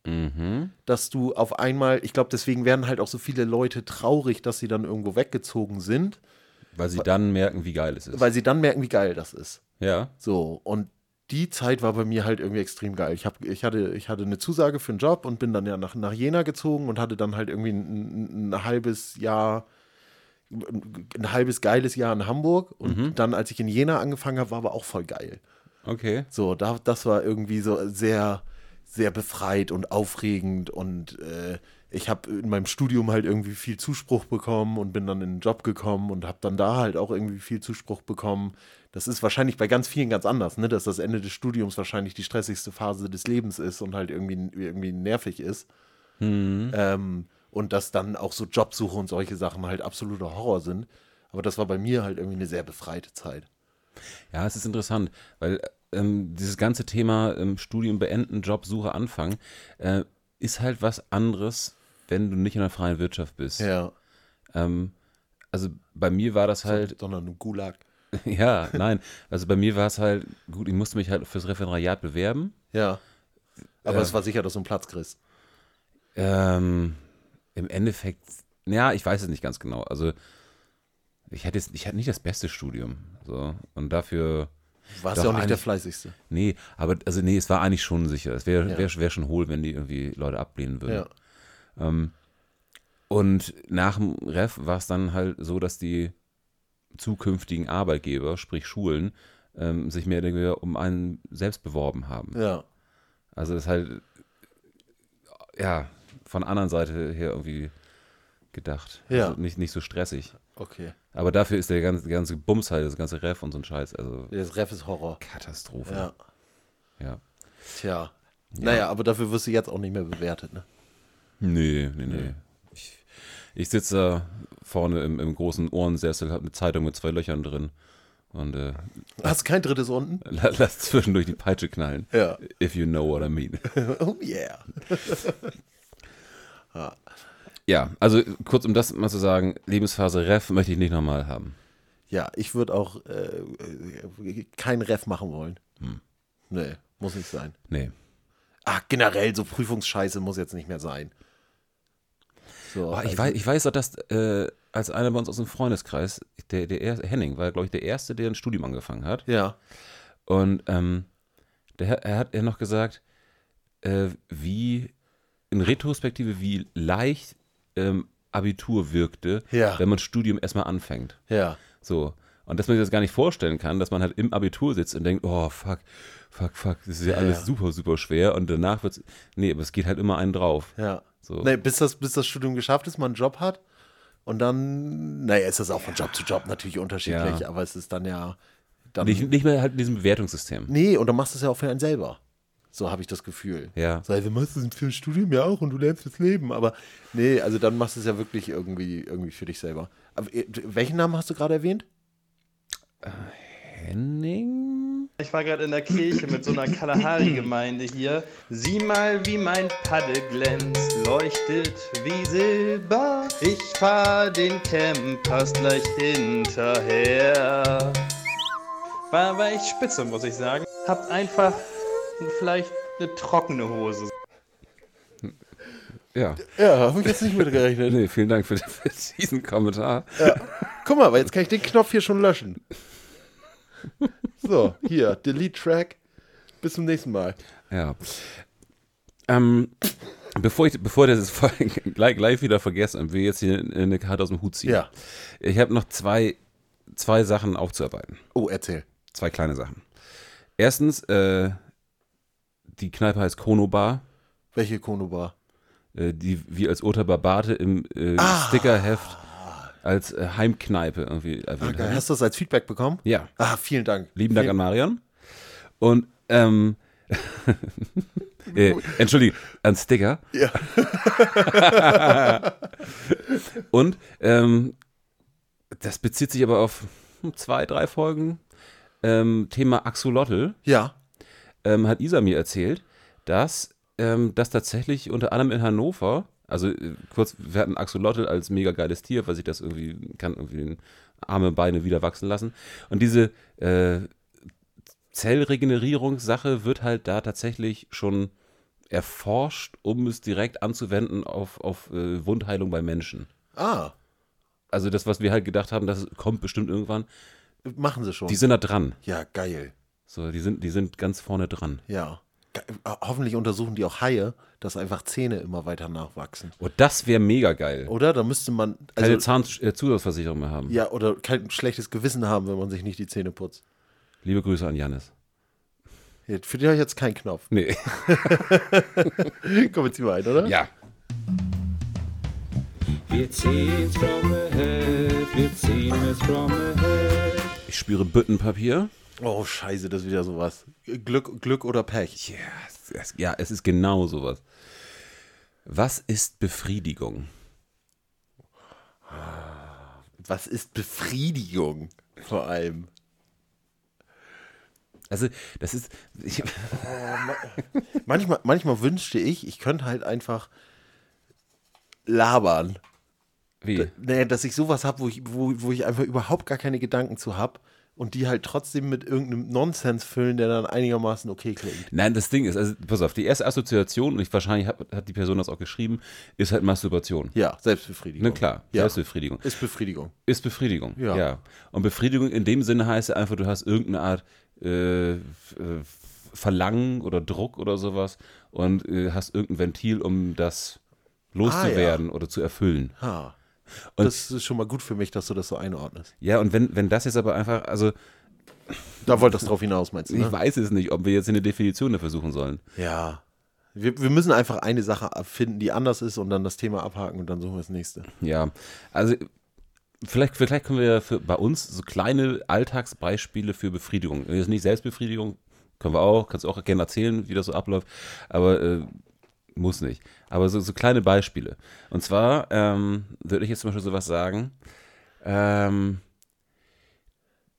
Mhm. dass du auf einmal, ich glaube, deswegen werden halt auch so viele Leute traurig, dass sie dann irgendwo weggezogen sind, Weil sie dann merken, wie geil es ist. weil sie dann merken, wie geil das ist. ja. So, und die Zeit war bei mir halt irgendwie extrem geil. Ich, hab, ich, hatte, ich hatte eine Zusage für einen Job und bin dann ja nach, nach Jena gezogen und hatte dann halt irgendwie ein, ein, ein halbes Jahr, ein, ein halbes geiles Jahr in Hamburg. Und dann, als ich in Jena angefangen habe, war aber auch voll geil. Okay. So, da, das war irgendwie so sehr, sehr befreit und aufregend und äh, ich habe in meinem Studium halt irgendwie viel Zuspruch bekommen und bin dann in den Job gekommen und habe dann da halt auch irgendwie viel Zuspruch bekommen. Das ist wahrscheinlich bei ganz vielen ganz anders, ne? dass das Ende des Studiums wahrscheinlich die stressigste Phase des Lebens ist und halt irgendwie, irgendwie nervig ist. Ähm, und dass dann auch so Jobsuche und solche Sachen halt absoluter Horror sind. Aber das war bei mir halt irgendwie eine sehr befreite Zeit. Ja, es ist interessant, weil ähm, dieses ganze Thema ähm, Studium beenden, Jobsuche anfangen, äh, ist halt was anderes, wenn du nicht in der freien Wirtschaft bist. Ja. Ähm, also bei mir war das halt, Sondern ein Gulag. ja, nein, also bei mir war es halt, gut, ich musste mich halt fürs Referendariat bewerben. Ja. Aber es war sicher, dass du einen Platz kriegst. Ähm, Im Endeffekt, ja, ich weiß es nicht ganz genau. Also ich hatte jetzt, ich hatte nicht das beste Studium. So. Und dafür, Warst Doch, ja auch nicht der eigentlich- Fleißigste. nee, aber also nee, es war eigentlich schon sicher. Es wäre Ja. wär, wär schon hohl, wenn die irgendwie Leute ablehnen würden. Ja. Und nach dem Ref war es dann halt so, dass die zukünftigen Arbeitgeber, sprich Schulen, ähm, sich mehr oder weniger um einen selbst beworben haben. Ja. Also das ist halt, äh, ja, von anderen Seite her irgendwie gedacht. Ja. Also nicht, nicht so stressig. Okay. Aber dafür ist der ganze, ganze Bums halt, das ganze Ref und so ein Scheiß, also Das Ref ist Horror. Katastrophe. Ja. ja. Tja. Naja, aber dafür wirst du jetzt auch nicht mehr bewertet, ne? Nee, nee, nee. Ich, ich sitze da vorne im, im großen Ohrensessel, habe eine Zeitung mit zwei Löchern drin und äh, Hast kein drittes unten? la- lass zwischendurch die Peitsche knallen. Ja. If you know what I mean. Oh yeah. ja, also kurz um das mal zu sagen, Lebensphase Ref möchte ich nicht nochmal haben. Ja, ich würde auch äh, äh, kein Ref machen wollen. Nee, muss nicht sein. Nee. Ach, generell, so Prüfungsscheiße muss jetzt nicht mehr sein. So, Boah, ich, also- weiß, ich weiß doch, dass äh, als einer bei uns aus dem Freundeskreis, der, der erste, Henning war, glaube ich, der Erste, der ein Studium angefangen hat. Ja, Und ähm, der, er hat ja noch gesagt, äh, wie in Retrospektive, wie leicht ähm, Abitur wirkte, Ja. wenn man Studium erstmal anfängt. ja. So. Und dass man sich das gar nicht vorstellen kann, dass man halt im Abitur sitzt und denkt, oh fuck, fuck, fuck, das ist ja alles Ja. super, super schwer. Und danach wird's. Nee, aber es geht halt immer einen drauf. Ja. So. Nee, bis, das, bis das Studium geschafft ist, man einen Job hat. Und dann, naja, ist das auch von Job zu Job natürlich unterschiedlich, Ja. aber es ist dann ja. Dann, Nicht, nicht mehr halt in diesem Bewertungssystem. nee, und dann machst du es ja auch für einen selber. So habe ich das Gefühl. Ja. So, also machst du es für ein Studium ja auch und du lernst das Leben, aber nee, also dann machst du es ja wirklich irgendwie, irgendwie für dich selber. Aber, äh, welchen Namen hast du gerade erwähnt? Henning? Ich war gerade in der Kirche mit so einer Kalahari-Gemeinde hier. Sieh mal, wie mein Paddel glänzt, leuchtet wie Silber. Ich fahr den Campers gleich hinterher. War aber echt spitze, muss ich sagen. Habt einfach vielleicht eine trockene Hose. Ja. Ja, habe ich jetzt nicht mitgerechnet. Nee, vielen Dank für, für diesen Kommentar. Guck mal, aber jetzt kann ich den Knopf hier schon löschen. So, hier, Delete Track. Bis zum nächsten Mal. Ja. Ähm, bevor ich, bevor ich das jetzt voll- gleich, gleich wieder vergesse und wir jetzt hier eine Karte aus dem Hut ziehen, Ja. ich habe noch zwei, zwei Sachen aufzuarbeiten. Oh, erzähl. Zwei kleine Sachen. Erstens, äh, die Kneipe heißt Kono Bar, Welche Konobar? äh, die wir als Urta Barbate im äh, Stickerheft als äh, Heimkneipe irgendwie erwähnt haben. Hast du das als Feedback bekommen? Ja. Ah, vielen Dank. Lieben Dank an Marion. Und, ähm, äh, Entschuldigung, an Sticker. Ja. Und ähm, das bezieht sich aber auf hm, zwei, drei Folgen. Ähm, Thema Axolotl Ja. ähm, hat Isa mir erzählt, dass ähm, das tatsächlich unter anderem in Hannover, also äh, kurz, wir hatten Axolotl als mega geiles Tier, weil sich das irgendwie, kann irgendwie den Arme, Beine wieder wachsen lassen. Und diese äh, Zellregenerierungssache wird halt da tatsächlich schon erforscht, um es direkt anzuwenden auf, auf äh, Wundheilung bei Menschen. Ah, Also das, was wir halt gedacht haben, das kommt bestimmt irgendwann. machen sie schon. Die sind da dran. ja, geil. So, die sind, die sind ganz vorne dran. Ja. Ge- äh, Hoffentlich untersuchen die auch Haie, dass einfach Zähne immer weiter nachwachsen. Und das wäre mega geil. Oder? Da müsste man. Keine Also, Zahnzusatzversicherung äh, Zusatzversicherung mehr haben. ja, oder kein schlechtes Gewissen haben, wenn man sich nicht die Zähne putzt. Liebe Grüße an Janis. Für die habe ich jetzt keinen Knopf. Nee. Komm, jetzt mal ein, oder? Ja. Wir ziehen's from ahead, wir ziehen es from ahead. Ich spüre Büttenpapier. Oh, scheiße, das ist wieder sowas. Glück, Glück oder Pech. Yes. Es- Ja, es ist genau sowas. Was ist Befriedigung? Was ist Befriedigung vor allem? Also, das ist. Ich, Manchmal, manchmal wünschte ich, ich könnte halt einfach labern. wie? Äh, Naja, dass ich sowas habe, wo ich, wo, wo ich einfach überhaupt gar keine Gedanken zu habe und die halt trotzdem mit irgendeinem Nonsens füllen, der dann einigermaßen okay klingt. Nein, das Ding ist, also, pass auf, die erste Assoziation, und ich, wahrscheinlich hat, hat die Person das auch geschrieben, ist halt Masturbation. Ja, Selbstbefriedigung. Na klar, ja. Selbstbefriedigung. Ist Befriedigung. Ist Befriedigung, Ja. ja. Und Befriedigung in dem Sinne heißt ja einfach, du hast irgendeine Art äh, f- äh, Verlangen oder Druck oder sowas und äh, hast irgendein Ventil, um das loszuwerden oder zu erfüllen. Ha. Und- das ist schon mal gut für mich, dass du das so einordnest. Ja, und wenn, wenn das jetzt aber einfach, also Da wolltest du drauf hinaus, meinst du? ich Ne? weiß es nicht, ob wir jetzt eine Definition dafür suchen sollen. Ja. Wir, wir müssen einfach eine Sache finden, die anders ist und dann das Thema abhaken und dann suchen wir das nächste. Ja, also vielleicht, vielleicht können wir ja für, bei uns so kleine Alltagsbeispiele für Befriedigung, jetzt nicht Selbstbefriedigung, können wir auch, kannst du auch gerne erzählen, wie das so abläuft, aber äh, muss nicht. Aber so, so kleine Beispiele. Und zwar ähm, würde ich jetzt zum Beispiel sowas sagen, ähm,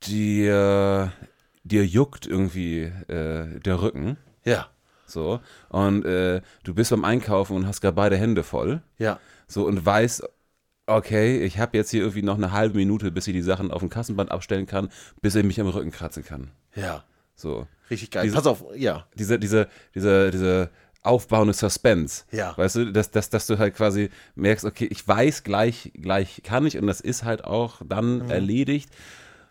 dir, dir juckt irgendwie äh, der Rücken, Ja. so, und äh, du bist beim Einkaufen und hast gar beide Hände voll. Ja. So und weiß, okay, ich habe jetzt hier irgendwie noch eine halbe Minute, bis ich die Sachen auf dem Kassenband abstellen kann, bis ich mich am Rücken kratzen kann. Ja. So. Richtig geil. Diese- Pass auf, ja. Dieser, dieser, dieser, dieser aufbauende Suspense. Ja. Weißt du, dass, dass, dass du halt quasi merkst, okay, ich weiß gleich, gleich kann ich und das ist halt auch dann Mhm. erledigt.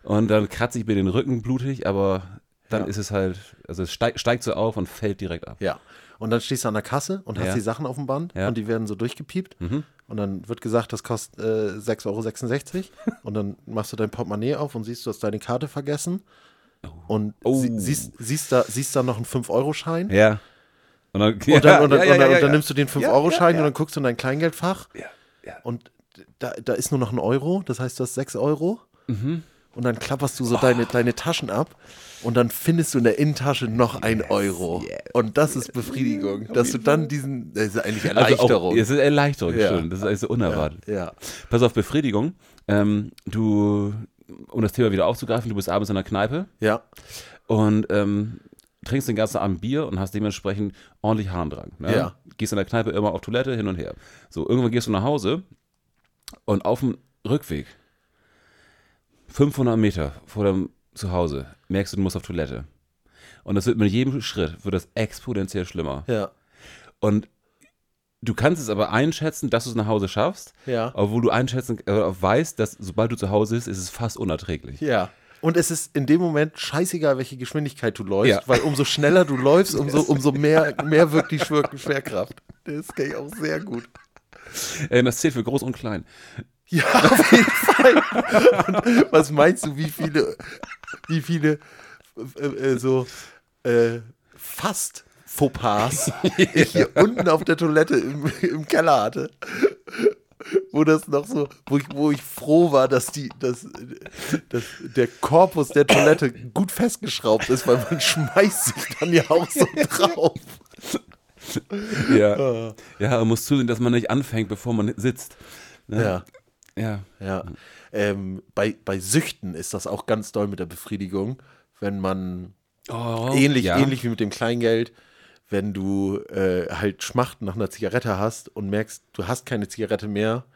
Und dann kratze ich mir den Rücken blutig, aber dann Ja. ist es halt, also es steigt, steigt so auf und fällt direkt ab. Ja. Und dann stehst du an der Kasse und hast Ja. die Sachen auf dem Band Ja. Mhm. und die werden so durchgepiept. Und dann wird gesagt, das kostet äh, 6,66 Euro. und dann machst du dein Portemonnaie auf und siehst, du hast deine Karte vergessen. Oh. Und sie, siehst, siehst, da, siehst da noch einen 5-Euro-Schein. Ja. Und dann, Und dann, und dann, ja, und ja, ja, dann, und dann ja. nimmst du den 5-Euro-Schein und dann guckst du in dein Kleingeldfach. Ja, ja. Und da, da ist nur noch ein Euro, das heißt, du hast 6 Euro. Mhm. Und dann klapperst du so deine, deine Taschen ab und dann findest du in der Innentasche noch ein Euro. Und das ist Befriedigung, dass du dann diesen, das ist eigentlich Also auch, Erleichterung. es ist Erleichterung, Ja. stimmt. Das ist also unerwartet. ja, Pass auf, Befriedigung. Ähm, du, um das Thema wieder aufzugreifen, du bist abends in der Kneipe ja, und ähm, trinkst den ganzen Abend Bier und hast dementsprechend ordentlich Harndrang. Ne? Ja. Gehst in der Kneipe immer auf Toilette hin und her. So, irgendwann gehst du nach Hause und auf dem Rückweg, 500 Meter vor deinem Zuhause, merkst du, du musst auf Toilette. Und das wird mit jedem Schritt, wird das exponentiell schlimmer. ja, Und du kannst es aber einschätzen, dass du es nach Hause schaffst, Ja. obwohl du einschätzen äh, weißt, dass sobald du zu Hause bist, ist es fast unerträglich. ja. Und es ist in dem Moment scheißegal, welche Geschwindigkeit du läufst, Ja. weil umso schneller du läufst, umso, umso mehr, mehr wirkt die Schwer- Schwerkraft. Das kann ich auch sehr gut. Äh, das zählt für groß und klein. Ja, auf jeden Fall. Und was meinst du, wie viele, wie viele äh, äh, so äh, fast Fauxpas ich hier unten auf der Toilette im, im Keller hatte? Wo das noch so, wo ich, wo ich froh war, dass die, dass, dass der Korpus der Toilette gut festgeschraubt ist, weil man schmeißt sich dann ja auch so drauf. Ja. ja, man muss zusehen, dass man nicht anfängt, bevor man sitzt. Ne? Ja. Ja. Ja. Ähm, bei, bei Süchten ist das auch ganz doll mit der Befriedigung, wenn man Oh, ähnlich, ja. ähnlich wie mit dem Kleingeld, wenn du äh, halt Schmachten nach einer Zigarette hast und merkst, du hast keine Zigarette mehr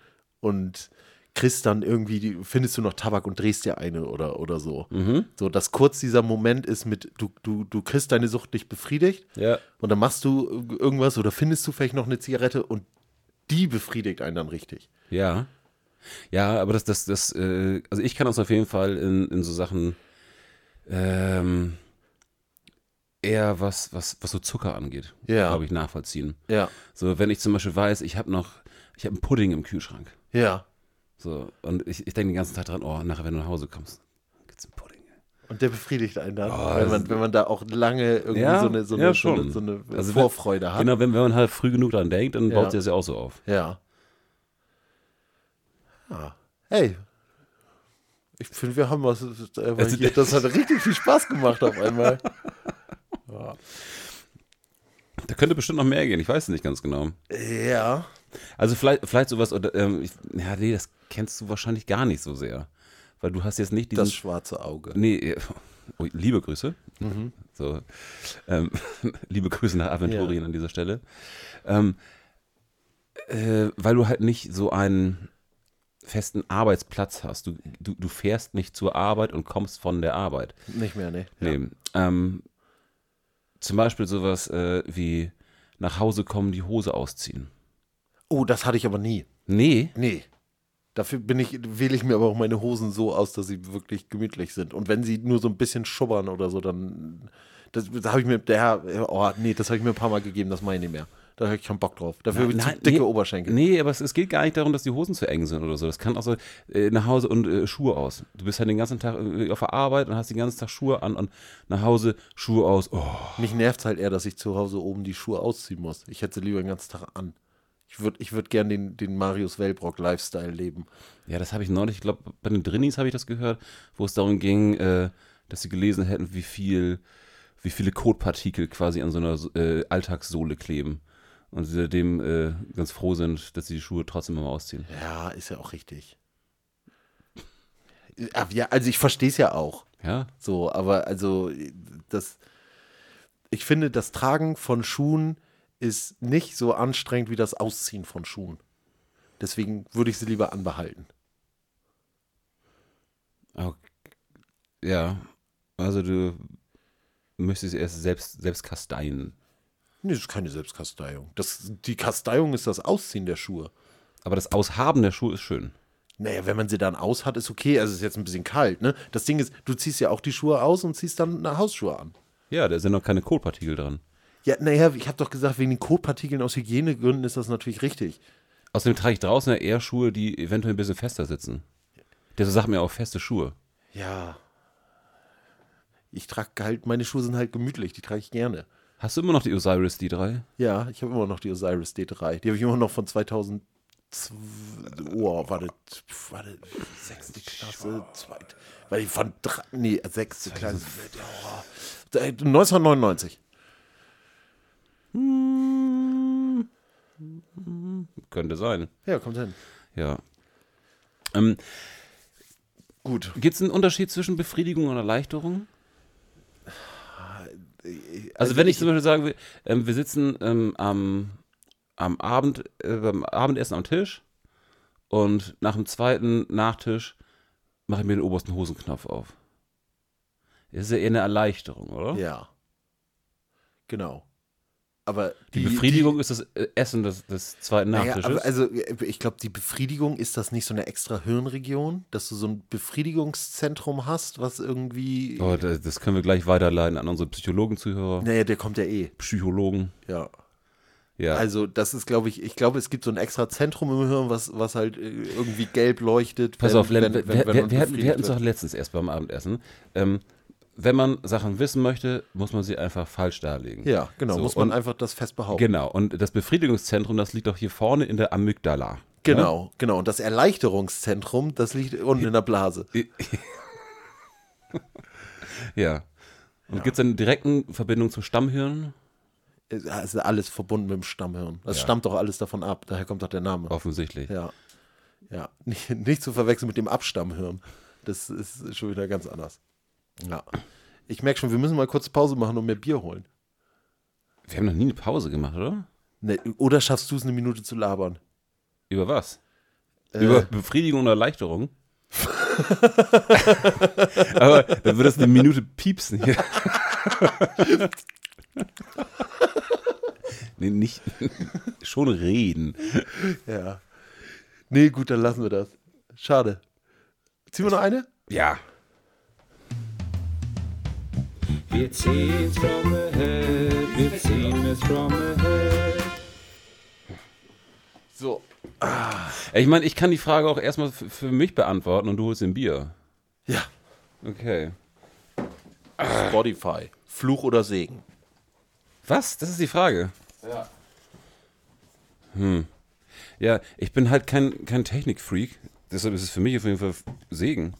und kriegst dann irgendwie, die, findest du noch Tabak und drehst dir eine oder, oder so. Mhm. So, dass kurz dieser Moment ist mit, du, du, du kriegst deine Sucht nicht befriedigt Ja. und dann machst du irgendwas oder findest du vielleicht noch eine Zigarette und die befriedigt einen dann richtig. Ja. Ja, aber das, das, das, äh, also ich kann das auf jeden Fall in, in so Sachen ähm, eher was, was, was so Zucker angeht, Ja. glaube ich, nachvollziehen. Ja, So, wenn ich zum Beispiel weiß, ich habe noch, ich habe einen Pudding im Kühlschrank. ja. So, und ich, ich denke den ganzen Tag dran, oh, nachher, wenn du nach Hause kommst, gibt's einen Pudding. Und der befriedigt einen dann, Oh, wenn, das- man, wenn man da auch lange irgendwie Ja, so eine, so eine, ja, so eine, schon. so eine Also wenn- Vorfreude hat. Genau, wenn, wenn man halt früh genug dran denkt, dann Ah. Ja. baut sich das ja auch so auf. Ja. ja. Hey. Ich finde, wir haben was. Äh, weil Also hier, das- das hat richtig viel Spaß gemacht auf einmal. Da könnte bestimmt noch mehr gehen, ich weiß es nicht ganz genau. ja. Also vielleicht, vielleicht sowas, oder, ähm, ich, ja, nee, das kennst du wahrscheinlich gar nicht so sehr. Weil du hast jetzt nicht diesen. Das schwarze Auge. nee, oh, liebe Grüße. So, ähm, liebe Grüße nach Aventurien an dieser Stelle. Ähm, äh, weil du halt nicht so einen festen Arbeitsplatz hast. Du, du, du fährst nicht zur Arbeit und kommst von der Arbeit. Nicht mehr, ne? Nee. Ähm, zum Beispiel sowas äh, wie nach Hause kommen, die Hose ausziehen. Oh, das hatte ich aber nie. Nee. Nee. Dafür bin ich, wähle ich mir aber auch meine Hosen so aus, dass sie wirklich gemütlich sind. Und wenn sie nur so ein bisschen schubbern oder so, dann. Das, das habe ich mir. Der, oh, nee, das habe ich mir ein paar Mal gegeben, das meine ich nicht mehr. Da habe ich keinen Bock drauf. Dafür habe ich zu dicke nee, Oberschenkel. Nee, aber es, es geht gar nicht darum, dass die Hosen zu eng sind oder so. Das kann auch so äh, nach Hause und äh, Schuhe aus. Du bist halt den ganzen Tag äh, auf der Arbeit und hast den ganzen Tag Schuhe an und nach Hause Schuhe aus. Oh, Mich nervt halt eher, dass ich zu Hause oben die Schuhe ausziehen muss. Ich hätte sie lieber den ganzen Tag an. Ich würde ich würd gern den, den Marius Wellbrock-Lifestyle leben. ja, das habe ich neulich, ich glaube, bei den Drinnies habe ich das gehört, wo es darum ging, äh, dass sie gelesen hätten, wie viel, wie viele Kotpartikel quasi an so einer äh, Alltagssohle kleben. Und sie seitdem äh, ganz froh sind, dass sie die Schuhe trotzdem immer ausziehen. Ja, ist ja auch richtig. Ach, ja, also ich verstehe es ja auch. Ja? So, aber also das, ich finde, das Tragen von Schuhen ist nicht so anstrengend wie das Ausziehen von Schuhen. Deswegen würde ich sie lieber anbehalten. Ok. Ja, also du müsstest erst selbst, selbst kasteien. Nee, das ist keine Selbstkasteiung. Das, die Kasteiung ist das Ausziehen der Schuhe. Aber das Aushaben der Schuhe ist schön. Naja, wenn man sie dann aus hat, ist okay. Also es ist jetzt ein bisschen kalt, ne? Das Ding ist, du ziehst ja auch die Schuhe aus und ziehst dann eine Hausschuhe an. Ja, da sind noch keine Kotpartikel dran. Ja, naja, ich habe doch gesagt, wegen den Kotpartikeln aus Hygienegründen ist das natürlich richtig. Außerdem trage ich draußen ja eher Schuhe, die eventuell ein bisschen fester sitzen. Deshalb sagt mir auch feste Schuhe. Ja. Ich trage halt, meine Schuhe sind halt gemütlich, die trage ich gerne. Hast du immer noch die Osiris D3? Ja, ich habe immer noch die Osiris D3. Die habe ich immer noch von 2000. Oh, warte, pf, warte, sechste Klasse, zweite. Weil ich von drei, nee, sechste Klasse. Oh, 1999. Könnte sein. Ja, kommt hin. Ja. Ähm, Gut. Gibt es einen Unterschied zwischen Befriedigung und Erleichterung? Also wenn ich zum Beispiel sagen will, ähm, wir sitzen ähm, am, am Abend, äh, beim Abendessen am Tisch und nach dem zweiten Nachtisch mache ich mir den obersten Hosenknopf auf. Das ist ja eher eine Erleichterung, oder? Ja. Genau. Aber Die, Befriedigung ist das äh, Essen des, des zweiten Naja, Nachtisches. aber also äh, ich glaube, die Befriedigung ist das nicht so eine extra Hirnregion, dass du so ein Befriedigungszentrum hast, was irgendwie. oh, das, das können wir gleich weiterleiten an unsere Psychologen-Zuhörer, Naja, der kommt ja eh. Psychologen. Ja. Ja. Also das ist, glaube ich, ich glaube, es gibt so ein extra Zentrum im Hirn, was, was halt äh, irgendwie gelb leuchtet. Pass wenn- auf, Len, wenn- wenn- wir, wir, wenn man wir, hatten, wir befriedigt hatten es doch wird. letztens erst beim Abendessen. Ähm, wenn man Sachen wissen möchte, muss man sie einfach falsch darlegen. Ja, genau. So, muss man und, einfach das fest behaupten. Genau, und das Befriedigungszentrum, das liegt doch hier vorne in der Amygdala. ne? genau, genau. Und das Erleichterungszentrum, das liegt unten in der Blase. Ja. Und gibt es eine direkten Verbindung zum Stammhirn? Es ist alles verbunden mit dem Stammhirn. Das stammt doch alles davon ab. Daher kommt doch der Name. Oh. Offensichtlich. Ja. Ja. Nicht, nicht zu verwechseln mit dem Abstammhirn. Das ist schon wieder ganz anders. Ja. Ich merke schon, wir müssen mal kurz Pause machen und mir Bier holen. Wir haben noch nie eine Pause gemacht, oder? Ne, oder schaffst du es, eine Minute zu labern? Über was? Äh. Über Befriedigung und Erleichterung? Aber dann wird das eine Minute piepsen hier. nee, nicht. Schon reden. Ja. Nee, gut, dann lassen wir das. Schade. Ziehen wir noch eine? Ja. Wir ziehen es from ahead, wir ziehen es from ahead. So. Ich meine, ich kann die Frage auch erstmal f- für mich beantworten und du holst ein Bier. Ja. Okay. Spotify. Fluch oder Segen? Was? Das ist die Frage. Ja. Hm. Ja, ich bin halt kein, kein Technikfreak. Deshalb ist es für mich auf jeden Fall Segen.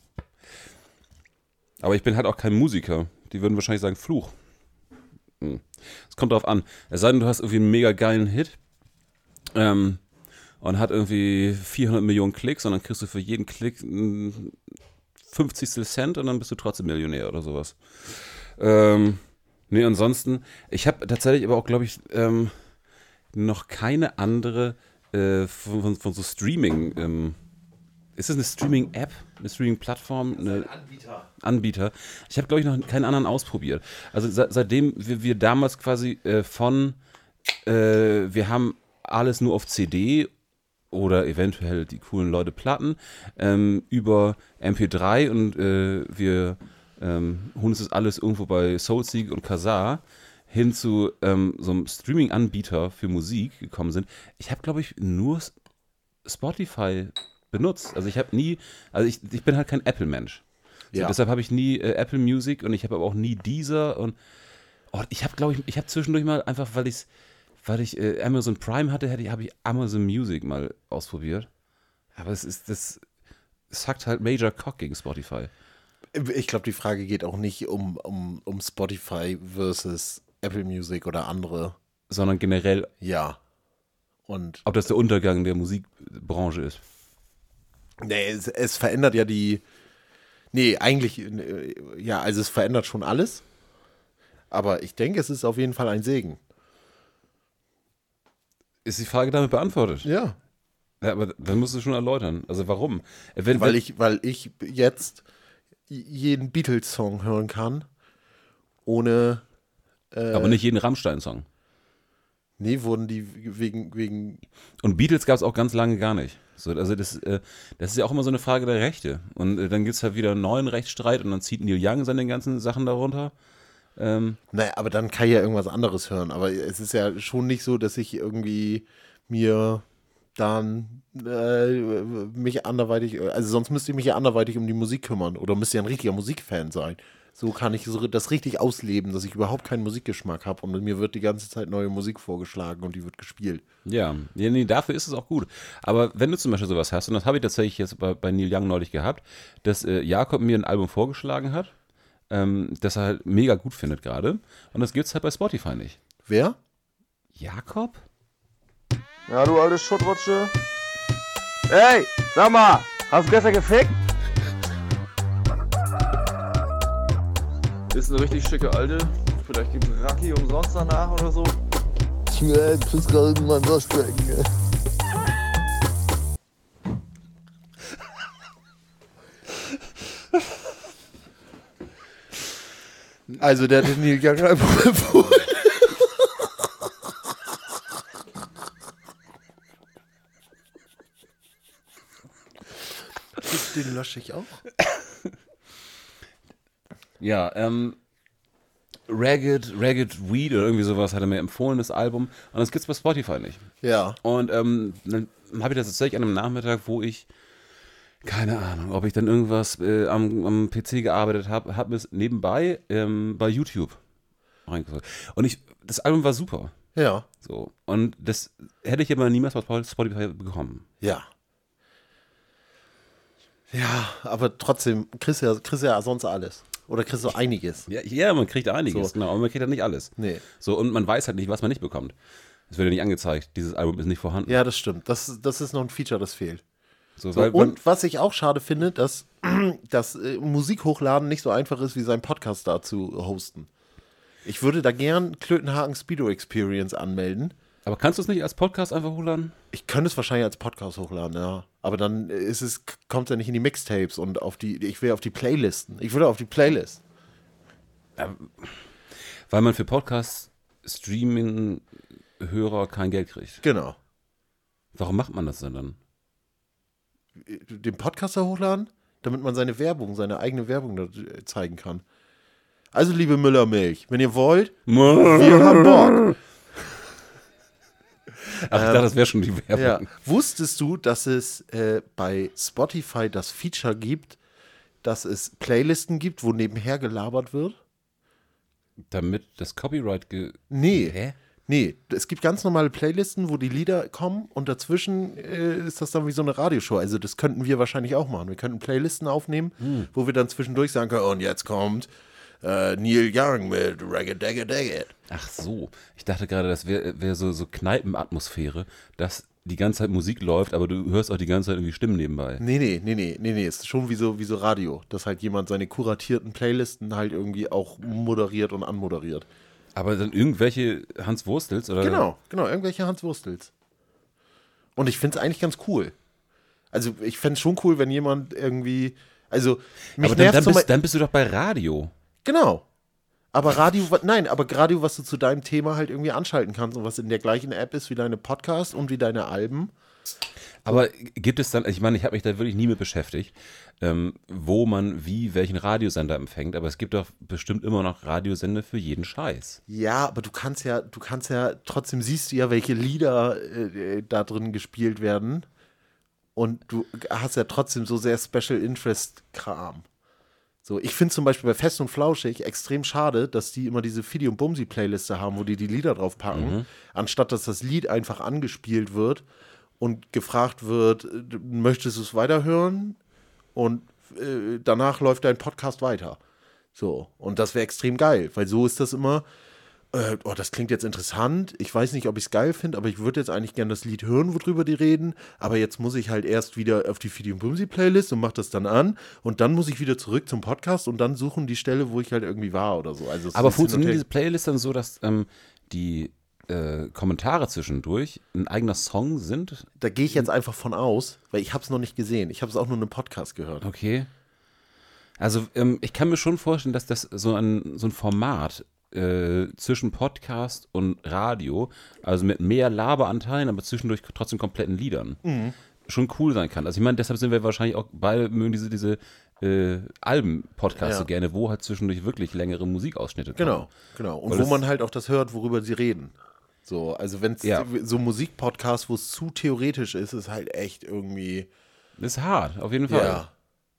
Aber ich bin halt auch kein Musiker. Die würden wahrscheinlich sagen Fluch. Hm. Es kommt drauf an. Es sei denn, du hast irgendwie einen mega geilen Hit. Ähm, und hat irgendwie 400 Millionen Klicks und dann kriegst du für jeden Klick einen 50 Cent und dann bist du trotzdem Millionär oder sowas. Ähm, nee, ansonsten, ich habe tatsächlich aber auch, glaube ich, ähm, noch keine andere äh, von, von, von so Streaming. Ähm, ist das eine Streaming-App, eine Streaming-Plattform, eine Anbieter. Ich habe, glaube ich, noch keinen anderen ausprobiert. Also se seitdem wir, wir damals quasi äh, von, äh, wir haben alles nur auf CD oder eventuell die coolen Leute Platten ähm, über MP3 und äh, wir ähm, holen uns das alles irgendwo bei Soulseek und Kazaa hin zu ähm, so einem Streaming-Anbieter für Musik gekommen sind. Ich habe, glaube ich, nur S- Spotify benutzt. Also ich habe nie, also ich, ich bin halt kein Apple-Mensch. So, Ja. Deshalb habe ich nie äh, Apple Music und ich habe aber auch nie Deezer und oh, ich habe, glaube ich, ich habe zwischendurch mal einfach, weil ich weil ich äh, Amazon Prime hatte, hätte ich, habe ich Amazon Music mal ausprobiert. Aber es ist, das sagt halt Major Cock gegen Spotify. Ich glaube, die Frage geht auch nicht um, um, um Spotify versus Apple Music oder andere. Sondern generell, Ja. Und ob das der Untergang der Musikbranche ist. Nee, es, es verändert ja die. Nee, eigentlich, äh, ja, also es verändert schon alles. Aber ich denke, es ist auf jeden Fall ein Segen. Ist die Frage damit beantwortet? Ja. Ja, aber dann musst du schon erläutern. Also warum? Äh, Wenn, Weil wenn- ich, weil ich jetzt jeden Beatles-Song hören kann, ohne. äh, aber nicht jeden Rammstein-Song. Nee, wurden die wegen, wegen. Und Beatles gab es auch ganz lange gar nicht. So, also das, äh, das ist ja auch immer so eine Frage der Rechte. Und äh, dann gibt es halt wieder einen neuen Rechtsstreit und dann zieht Neil Young seine ganzen Sachen darunter. Naja, aber dann kann ich ja irgendwas anderes hören. Aber es ist ja schon nicht so, dass ich irgendwie mir dann äh, mich anderweitig, also sonst müsste ich mich ja anderweitig um die Musik kümmern oder müsste ja ein richtiger Musikfan sein. So kann ich so das richtig ausleben, dass ich überhaupt keinen Musikgeschmack habe und mir wird die ganze Zeit neue Musik vorgeschlagen und die wird gespielt. Ja, ja nee, dafür ist es auch gut. Aber wenn du zum Beispiel sowas hast, und das habe ich tatsächlich jetzt bei, bei Neil Young neulich gehabt, dass äh, Jakob mir ein Album vorgeschlagen hat, ähm, das er halt mega gut findet gerade. Und das gibt es halt bei Spotify nicht. Wer? Jakob? Ja, du alte Schuttrutsche. Ey, sag mal, hast du gestern gefickt? Ist eine richtig schicke Alte. Vielleicht gibt's Raki umsonst danach oder so. Also der hat den Neil Young einfach empfohlen. Den lösche ich auch. Ja, ähm, Ragged, Ragged Weed oder irgendwie sowas hat er mir empfohlen, das Album. Und das gibt es bei Spotify nicht. Ja. Und ähm, dann habe ich das tatsächlich an einem Nachmittag, wo ich, keine Ahnung, ob ich dann irgendwas äh, am, am PC gearbeitet habe, habe mir es nebenbei ähm, bei YouTube reingeholt. Und ich, das Album war super. Ja. So. Und das hätte ich aber niemals bei Spotify bekommen. Ja. Ja, aber trotzdem, kriegst du ja, kriegst du ja sonst alles. Oder kriegst du einiges. Ja, ja man kriegt einiges, So. genau, aber man kriegt ja nicht alles. Nee. So, und man weiß halt nicht, was man nicht bekommt. Es wird ja nicht angezeigt, dieses Album ist nicht vorhanden. Ja, das stimmt. Das, das ist noch ein Feature, das fehlt. so, So, weil, und was ich auch schade finde, dass, dass äh, Musik hochladen nicht so einfach ist, wie seinen Podcast da zu hosten. Ich würde da gern Klötenhagen Speedo Experience anmelden. aber kannst du es nicht als Podcast einfach hochladen? Ich könnte es wahrscheinlich als Podcast hochladen, ja. Aber dann ist es, kommt es ja nicht in die Mixtapes und auf die, ich will auf die Playlisten. Ich würde auf die Playlist. Weil man für Podcasts Streaming-Hörer kein Geld kriegt. Genau. Warum macht man das denn dann? den Podcaster hochladen, damit man seine Werbung, seine eigene Werbung da äh, zeigen kann. Also, liebe Müllermilch, wenn ihr wollt, wir haben Bock. Ach, ich dachte, das wäre schon die Werbung. Ja. Wusstest du, dass es äh, bei Spotify das Feature gibt, dass es Playlisten gibt, wo nebenher gelabert wird? Damit das Copyright ge. Nee. Hä? Nee, es gibt ganz normale Playlisten, wo die Lieder kommen und dazwischen äh, ist das dann wie so eine Radioshow. Also das könnten wir wahrscheinlich auch machen. Wir könnten Playlisten aufnehmen, wo wir dann zwischendurch sagen können, und jetzt kommt äh, Neil Young mit Ragged Dagged Dagged. Ach so. Ich dachte gerade, das wäre wär so, so Kneipenatmosphäre, dass die ganze Zeit Musik läuft, aber du hörst auch die ganze Zeit irgendwie Stimmen nebenbei. Nee, nee, nee, nee, nee, nee, ist schon wie so, wie so Radio, dass halt jemand seine kuratierten Playlisten halt irgendwie auch moderiert und anmoderiert. Aber dann irgendwelche Hans Wurstels oder. Genau, genau, irgendwelche Hans Wurstels. Und ich finde es eigentlich ganz cool. Also ich fände es schon cool, wenn jemand irgendwie, also mich Aber dann, dann, zum bist, Beispiel- dann bist du doch bei Radio. Genau. Aber Radio, wa- nein, aber Radio, was du zu deinem Thema halt irgendwie anschalten kannst und was in der gleichen App ist wie deine Podcasts und wie deine Alben. Aber gibt es dann, ich meine, ich habe mich da wirklich nie mit beschäftigt, ähm, wo man wie welchen Radiosender empfängt, aber es gibt doch bestimmt immer noch Radiosender für jeden Scheiß. Ja, aber du kannst ja, du kannst ja, trotzdem siehst du ja, welche Lieder äh, äh, da drin gespielt werden. Und du hast ja trotzdem so sehr Special Interest Kram. So, ich finde zum Beispiel bei Fest und Flauschig extrem schade, dass die immer diese Fidi und Bumsi Playliste haben, wo die die Lieder drauf packen, anstatt dass das Lied einfach angespielt wird und gefragt wird, äh, möchtest du es weiterhören? Und äh, danach läuft dein Podcast weiter. So, und das wäre extrem geil, weil so ist das immer, äh, oh, das klingt jetzt interessant. Ich weiß nicht, ob ich es geil finde, aber ich würde jetzt eigentlich gerne das Lied hören, worüber die reden. Aber jetzt muss ich halt erst wieder auf die Fidi und Bumsi Playlist und mache das dann an. Und dann muss ich wieder zurück zum Podcast und dann suchen die Stelle, wo ich halt irgendwie war oder so. Also es Aber ist hin und funktioniert her- diese Playlist dann so, dass ähm, die äh, Kommentare zwischendurch ein eigener Song sind? Da gehe ich jetzt einfach von aus, weil ich habe es noch nicht gesehen. Ich habe es auch nur in einem Podcast gehört. Okay. Also ähm, ich kann mir schon vorstellen, dass das so ein, so ein Format äh, zwischen Podcast und Radio, also mit mehr Laberanteilen, aber zwischendurch trotzdem kompletten Liedern, Mhm. schon cool sein kann. Also ich meine, deshalb sind wir wahrscheinlich auch beide mögen diese, diese äh, Alben-Podcasts Ja. so gerne, wo halt zwischendurch wirklich längere Musikausschnitte kommen. Genau, genau. Und Weil wo es- man halt auch das hört, worüber sie reden. So, also wenn es Ja. so Musikpodcast, wo es zu theoretisch ist, ist halt echt irgendwie. Das ist hart, auf jeden Fall. Ja. Äh.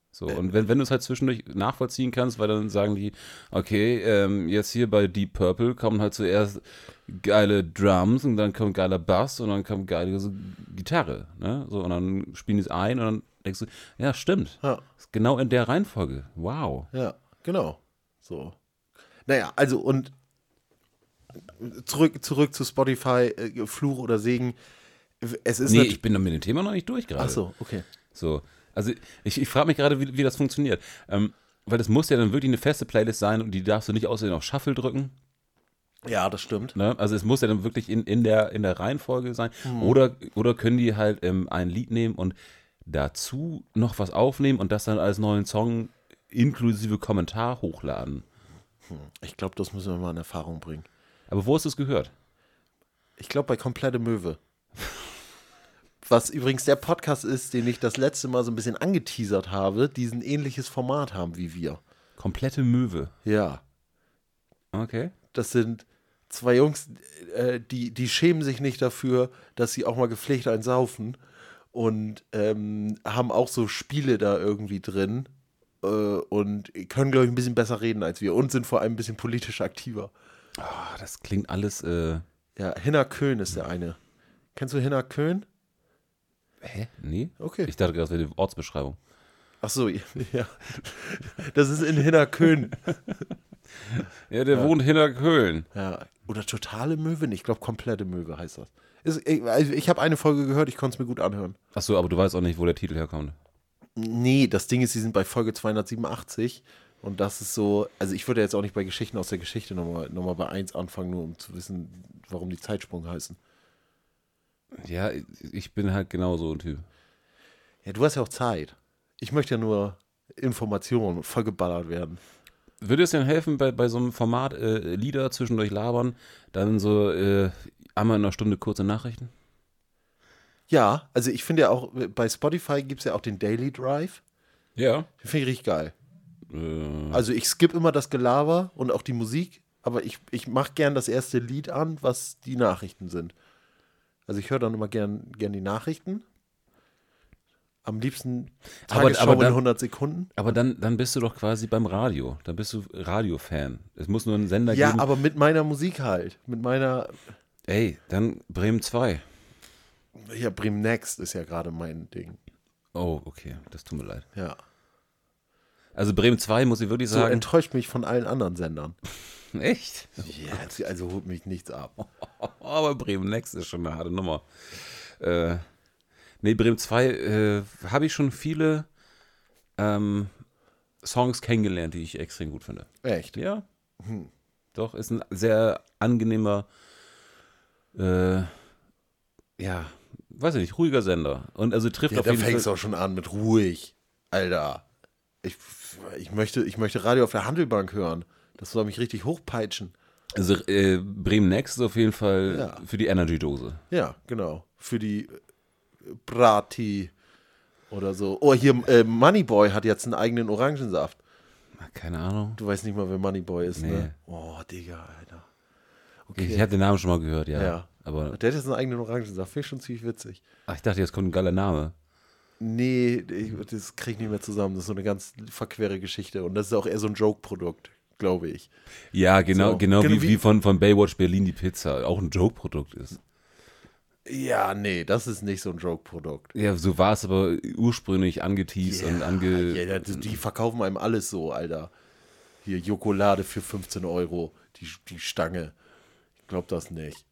So, und wenn, wenn du es halt zwischendurch nachvollziehen kannst, weil dann sagen die, okay, ähm, jetzt hier bei Deep Purple kommen halt zuerst geile Drums und dann kommt geiler Bass und dann kommt geile so Gitarre, ne? So, und dann spielen die es ein und dann denkst du, ja, stimmt. Ja. Ist genau in der Reihenfolge. Wow. Ja, genau. So. Naja, also und zurück, zurück zu Spotify, äh, Fluch oder Segen. Es ist Nee, nat- ich bin da mit dem Thema noch nicht durch gerade. Ach so, okay. So. Also ich, ich frage mich gerade, wie, wie das funktioniert. Ähm, weil das muss ja dann wirklich eine feste Playlist sein und die darfst du nicht außerdem auf Shuffle drücken. Ja, das stimmt. Ne? Also es muss ja dann wirklich in, in, der, in der Reihenfolge sein. Oder, oder können die halt ähm, ein Lied nehmen und dazu noch was aufnehmen und das dann als neuen Song inklusive Kommentar hochladen. Ich glaube, das müssen wir mal in Erfahrung bringen. Aber wo hast du es gehört? Ich glaube, bei Komplette Möwe. Was übrigens der Podcast ist, den ich das letzte Mal so ein bisschen angeteasert habe, die ein ähnliches Format haben wie wir. Komplette Möwe. Ja. Okay. Das sind zwei Jungs, äh, die, die schämen sich nicht dafür, dass sie auch mal gepflegt einsaufen und ähm, haben auch so Spiele da irgendwie drin äh, und können, glaube ich, ein bisschen besser reden als wir und sind vor allem ein bisschen politisch aktiver. Ah, das klingt alles. Äh, Ja, Hinner Köhn ist der eine. Kennst du Hinner Köhn? hä? Nee? Okay. Ich dachte, das wäre die Ortsbeschreibung. Ach so, ja. Das ist in Hinnerkön. Ja, der wohnt hinter Köln. Ja. Oder totale Möwe, ich glaube komplette Möwe heißt das. Ist, ich- also ich habe eine Folge gehört, ich konnte es mir gut anhören. Achso, aber du weißt auch nicht, wo der Titel herkommt. Nee, das Ding ist, sie sind bei Folge 287 und das ist so, also ich würde jetzt auch nicht bei Geschichten aus der Geschichte nochmal noch mal bei 1 anfangen, nur um zu wissen, warum die Zeitsprung heißen. Ja, ich- ich bin halt genau so ein Typ. Ja, du hast ja auch Zeit. Ich möchte ja nur Informationen vollgeballert werden. Würde es denn helfen, bei, bei so einem Format äh, Lieder zwischendurch labern, dann so äh, einmal in einer Stunde kurze Nachrichten? Ja, also ich finde ja auch, bei Spotify gibt es ja auch den Daily Drive. Ja. Den finde ich richtig geil. Äh, Also ich skippe immer das Gelaber und auch die Musik, aber ich, ich mache gern das erste Lied an, was die Nachrichten sind. Also ich höre dann immer gern, gern die Nachrichten. Am liebsten Aber- aber Tagesschau in dann- 100 Sekunden. Aber dann, dann bist du doch quasi beim Radio. Dann bist du Radiofan. Es muss nur einen Sender Ja, geben. aber mit meiner Musik halt. Mit meiner, Ey, dann Bremen 2. ja, Bremen Next ist ja gerade mein Ding. Oh, okay. Das tut mir leid. Ja. Also Bremen 2 muss ich wirklich So sagen. enttäuscht mich von allen anderen Sendern. Echt? Jetzt, also holt mich nichts ab. Aber Bremen Next ist schon eine harte Nummer. Äh, nee, Bremen 2 äh, habe ich schon viele ähm, Songs kennengelernt, die ich extrem gut finde. Echt? Ja. Hm. Doch, ist ein sehr angenehmer, äh, ja, weiß ich nicht, ruhiger Sender. Und also trifft Ja, auf da jeden fängst du Fall. auch schon an mit ruhig. Alter. Ich, ich, möchte, ich möchte Radio auf der Handelbank hören. Das soll mich richtig hochpeitschen. Also äh, Bremen Next ist auf jeden Fall Ja. für die Energy-Dose. Ja, genau. Für die äh, Brati oder so. Oh, hier, äh, Moneyboy hat jetzt einen eigenen Orangensaft. Na, Keine Ahnung. Du weißt nicht mal, wer Moneyboy ist, Nee. ne? Oh, Digga, Alter. Ich, ich habe den Namen schon mal gehört, ja. Ja. Aber Der hat jetzt einen eigenen Orangensaft. Finde ich schon ziemlich witzig. ach, ich dachte, jetzt kommt ein geiler Name. Nee, ich, das krieg ich nicht mehr zusammen. Das ist so eine ganz verquere Geschichte. Und das ist auch eher so ein Joke-Produkt, glaube ich. Ja, genau, So. genau, Genau wie, wie- wie von, von Baywatch Berlin die Pizza auch ein Joke-Produkt ist. Ja, nee, das ist nicht so ein Joke-Produkt. Ja, so war es aber ursprünglich angeteased und ange. Ja, ja, die, die verkaufen einem alles so, Alter. Hier, Jokolade für 15 Euro, die, die Stange. Ich glaube das nicht.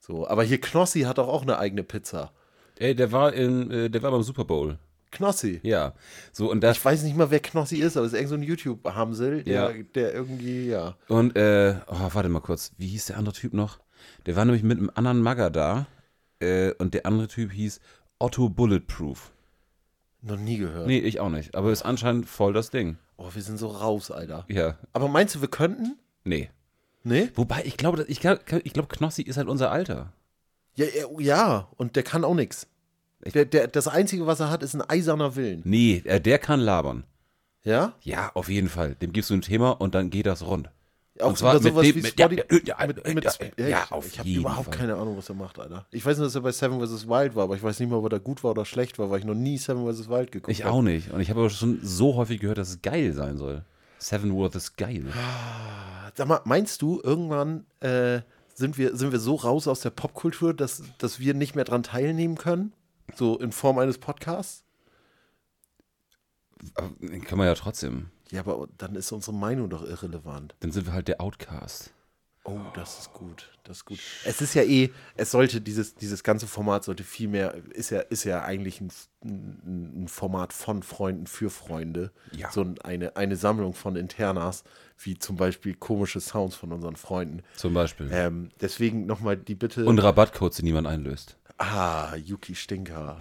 So, aber hier Knossi hat doch auch eine eigene Pizza. Ey, der war in, äh, der war beim Super Bowl. Knossi. Ja. So, und das, Ich weiß nicht mal, wer Knossi ist, aber es ist irgend so ein YouTube-Hamsel, der, Ja. der irgendwie, ja. Und, äh, oh, warte mal kurz, wie hieß der andere Typ noch? Der war nämlich mit einem anderen Magger da äh, und der andere Typ hieß Otto Bulletproof. Noch nie gehört. Nee, ich auch nicht, aber ist anscheinend voll das Ding. Oh, wir sind so raus, Alter. Ja, Aber meinst du, wir könnten? nee. Nee? Wobei, ich glaube, dass- ich, glaub- ich glaube, Knossi ist halt unser Alter. Ja, ja, ja, und der kann auch nichts. Der, der, das Einzige, was er hat, ist ein eiserner Willen. Nee, äh, der kann labern. Ja? Ja, auf jeden Fall. Dem gibst du ein Thema und dann geht das rund. Auch Und zwar über mit sowas dem- wie mit- ja, Spotify. ja, ja, mit, ja, mit, ja, ja, auf ich habe jeden überhaupt Fall. keine Ahnung, was er macht, Alter. Ich weiß nur, dass er bei Seven vs. Wild war, aber ich weiß nicht mal, ob er da gut war oder schlecht war, weil ich noch nie Seven vs. Wild geguckt Ich auch nicht. Und ich habe aber schon so häufig gehört, dass es geil sein soll. Seven Worth ist geil. habe. Ah, Sag mal, meinst du, irgendwann äh, sind, wir, sind wir so raus aus der Popkultur, dass, dass wir nicht mehr dran teilnehmen können? So in Form eines Podcasts? Aber, äh, Können wir ja trotzdem. Ja, aber dann ist unsere Meinung doch irrelevant. Dann sind wir halt der Outcast. Oh, das ist gut, das ist gut. Es ist ja eh, es sollte dieses, dieses ganze Format sollte viel mehr, ist ja, ist ja eigentlich ein, ein ein Format von Freunden für Freunde. Ja. So ein- eine, eine Sammlung von Internas, wie zum Beispiel komische Sounds von unseren Freunden. Zum Beispiel. Ähm, deswegen nochmal die Bitte. Und Rabattcodes, die niemand einlöst. ah, Yuki Stinker.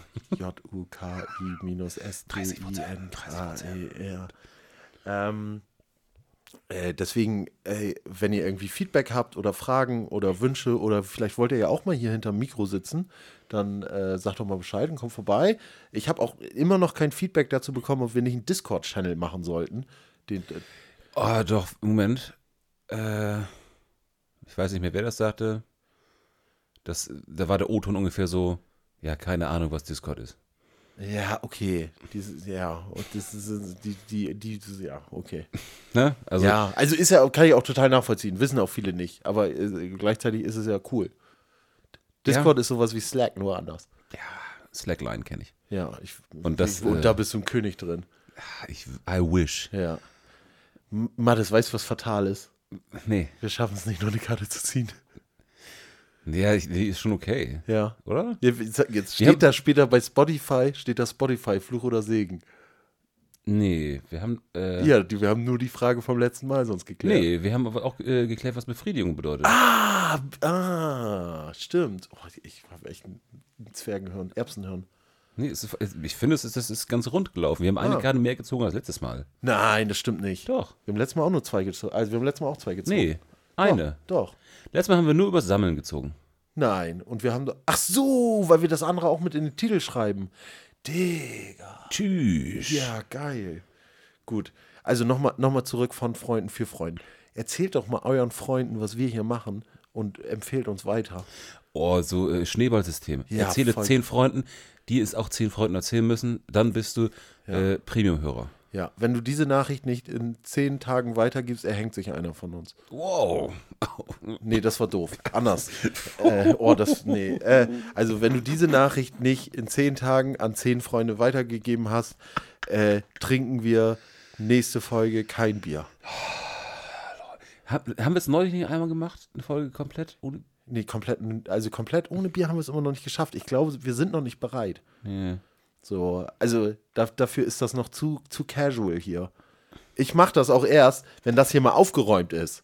J-U-K-I-S-T-I-N-K-E-R. E Ähm, äh, deswegen, ey, wenn ihr irgendwie Feedback habt oder Fragen oder Wünsche oder vielleicht wollt ihr ja auch mal hier hinterm Mikro sitzen, dann äh, sagt doch mal Bescheid und kommt vorbei. Ich habe auch immer noch kein Feedback dazu bekommen, ob wir nicht einen Discord-Channel machen sollten. Den, äh, Oh, doch, Moment. Äh, ich weiß nicht mehr, wer das sagte. Das, da war der O-Ton ungefähr so, ja, keine Ahnung, was Discord ist. äh, ja, okay. Dieses, ja, und das ist die, die, die, ja, okay. Ne? Also, ja, also ist ja, kann ich auch total nachvollziehen. Wissen auch viele nicht. Aber äh, gleichzeitig ist es ja cool. Discord ist sowas wie Slack, nur anders. Slackline kenne ich. Ja, ich, Und das, ich, und äh, da bist du ein König drin. ich. I wish. Ja. M- Mattes, weißt du, was fatal ist? Nee. Wir schaffen es nicht, noch eine Karte zu ziehen. Ja, ich, die ist schon okay. Ja. Oder? Ja, wie gesagt, Jetzt Wir steht haben- da später bei Spotify, steht da Spotify, Fluch oder Segen. Nee, wir haben. Äh, Ja, die, wir haben nur die Frage vom letzten Mal sonst geklärt. Nee, wir haben aber auch äh, geklärt, was Befriedigung bedeutet. Ah, ah, stimmt. Oh, ich habe echt ein Zwergenhirn, Erbsenhirn. Nee, es ist, ich finde, es ist, das ist ganz rund gelaufen. Wir haben eine Ah. Karte mehr gezogen als letztes Mal. Nein, das stimmt nicht. Doch. Wir haben letztes Mal auch nur zwei gezogen. Also wir haben letztes Mal auch zwei gezogen. Nee, eine. Doch. doch. Letztes Mal haben wir nur über Sammeln gezogen. Nein. Und wir haben. doch- Ach so, weil wir das andere auch mit in den Titel schreiben. Digga. Tschüss. Ja, geil. Gut. Also nochmal noch mal zurück von Freunden für Freunde. Erzählt doch mal euren Freunden, was wir hier machen und empfehlt uns weiter. Oh, so äh, Schneeballsystem. Ja, Erzähle voll. zehn Freunden, die es auch zehn Freunden erzählen müssen, dann bist du äh, Premium-Hörer. Ja, wenn du diese Nachricht nicht in zehn Tagen weitergibst, erhängt sich einer von uns. Wow. Nee, das war doof. Anders. äh, oh, das, nee. Äh, also, wenn du diese Nachricht nicht in zehn Tagen an zehn Freunde weitergegeben hast, äh, trinken wir nächste Folge kein Bier. Hab, haben wir es neulich nicht einmal gemacht? Eine Folge komplett? Ohne? Nee, komplett, also komplett ohne Bier haben wir es immer noch nicht geschafft. Ich glaube, wir sind noch nicht bereit. Nee. So, also da, dafür ist das noch zu, zu casual hier. Ich mache das auch erst, wenn das hier mal aufgeräumt ist.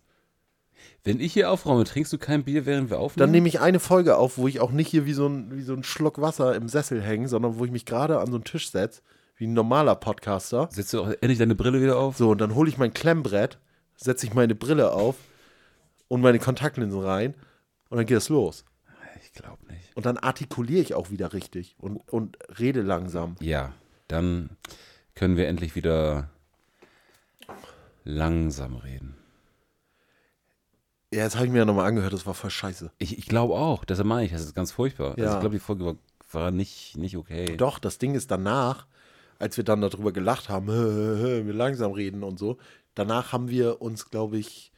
Wenn ich hier aufräume, trinkst du kein Bier, während wir aufnehmen? Dann nehme ich eine Folge auf, wo ich auch nicht hier wie so ein, wie so ein Schluck Wasser im Sessel hänge, sondern wo ich mich gerade an so einen Tisch setze, wie ein normaler Podcaster. Setzt du auch endlich deine Brille wieder auf? So, und dann hole ich mein Klemmbrett, setze ich meine Brille auf und meine Kontaktlinsen rein und dann geht es los. Ich glaube nicht. Und dann artikuliere ich auch wieder richtig und, und rede langsam. Ja, dann können wir endlich wieder langsam reden. Ja, jetzt habe ich mir ja nochmal angehört, das war voll scheiße. Ich, ich glaube auch, deshalb meine ich, das ist ganz furchtbar. Also Ja. ich glaube, die Folge war, war nicht, nicht okay. Doch, das Ding ist danach, als wir dann darüber gelacht haben, wir langsam reden und so, danach haben wir uns, glaube ich,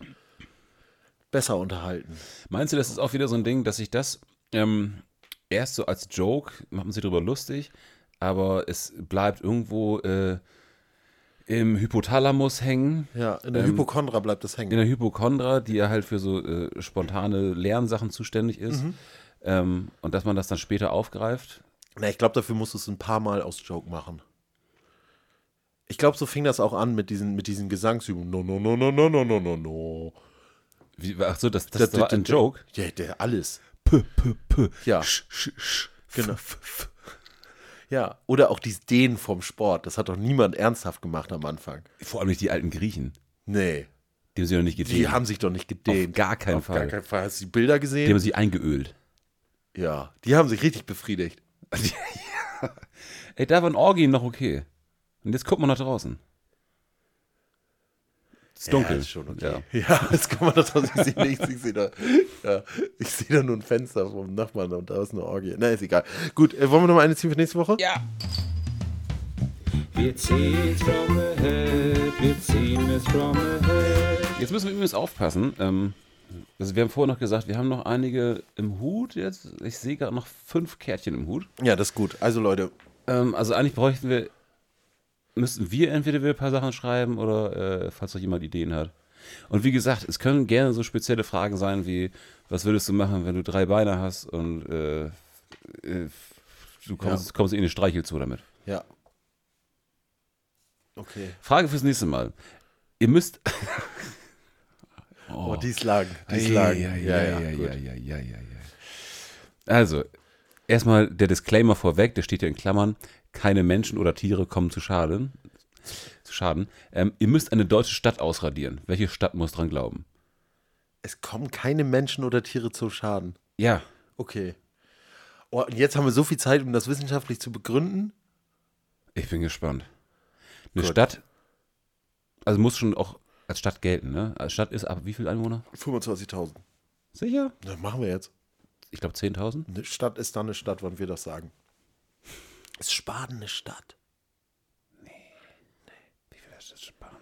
besser unterhalten. Meinst du, das ist auch wieder so ein Ding, dass ich das ähm, erst so als Joke, macht man sich drüber lustig, aber es bleibt irgendwo äh, im Hypothalamus hängen, Ja, in der Hypochondra bleibt das hängen. Ähm, in der Hypochondra, die ja halt für so äh, spontane Lernsachen zuständig ist. Mhm. Ähm, und dass man das dann später aufgreift. Na, ich glaube, dafür musst du es ein paar Mal aus Joke machen. Ich glaube, so fing das auch an mit diesen, mit diesen Gesangsübungen. No, no, no, no, no, no, no, no, no. Wie, ach so, das, das, war ein Joke. Ja, der alles. P, p, p. Ja. Sch, sch, sch. Genau. Ja, oder auch dieses Dehnen vom Sport. Das hat doch niemand ernsthaft gemacht am Anfang. Vor allem nicht die alten Griechen. Nee, Die haben sich noch nicht die gedehnt. haben sich doch nicht gedehnt. Auf gar keinen Auf Fall. gar keinen Fall. Hast du die Bilder die gesehen? haben sich eingeölt. Ja, die haben sich richtig befriedigt. Ey, da waren Orgien noch okay. Und jetzt guckt man nach draußen. Ist dunkel. Ja, ist schon okay. Ja, das kann man das was ich sehe nichts. Ich sehe da, ja, ich sehe da nur ein Fenster vom Nachbarn und da ist eine Orgie. Na, ist egal. Gut, äh, wollen wir noch mal eine ziehen für nächste Woche? Ja. Wir ziehen es from ahead, wir ziehen es from ahead. Jetzt müssen wir übrigens aufpassen. Ähm, also wir haben vorher noch gesagt, wir haben noch einige im Hut. Jetzt, ich sehe gerade noch fünf Kärtchen im Hut. ja, das ist gut. Also Leute, Ähm, also eigentlich bräuchten wir, müssten wir entweder wieder ein paar Sachen schreiben oder äh, falls noch jemand Ideen hat. Und wie gesagt, es können gerne so spezielle Fragen sein wie, was würdest du machen, wenn du drei Beine hast und äh, äh, du kommst, kommst in den Streichel zu damit. ja. Okay. Frage fürs nächste Mal. Ihr müsst. Oh, die ist lang. Die ist Ja, lang. ja, ja, ja, ja, ja, ja, ja. Also, erstmal der Disclaimer vorweg, der steht ja in Klammern, keine Menschen oder Tiere kommen zu Schaden. Zu Schaden. Ähm, ihr müsst eine deutsche Stadt ausradieren. Welche Stadt muss dran glauben? Es kommen keine Menschen oder Tiere zu Schaden. Ja. Okay. Oh, und jetzt haben wir so viel Zeit, um das wissenschaftlich zu begründen. Ich bin gespannt. Eine Gut. Stadt, also muss schon auch als Stadt gelten, ne? Als Stadt ist ab wie viel Einwohner? 25.000. Sicher? Das machen wir jetzt. Ich glaube 10.000. Eine Stadt ist dann eine Stadt, wann wir das sagen. Ist Spaden eine Stadt? Wie viel ist das Sparen?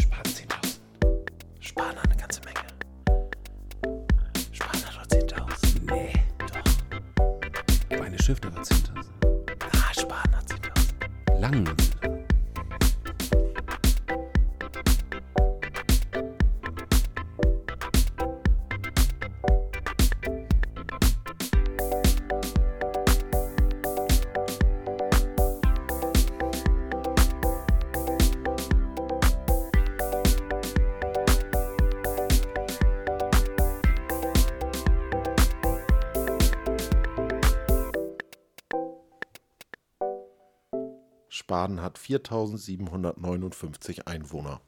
Spaden 10.000. Spaden hat eine ganze Menge. Spaden hat doch 10.000. Nee. Doch. Meine Schiff, aber 10.000. Ah, Spaden hat 10.000. Langen. Spaden hat 4.759 Einwohner.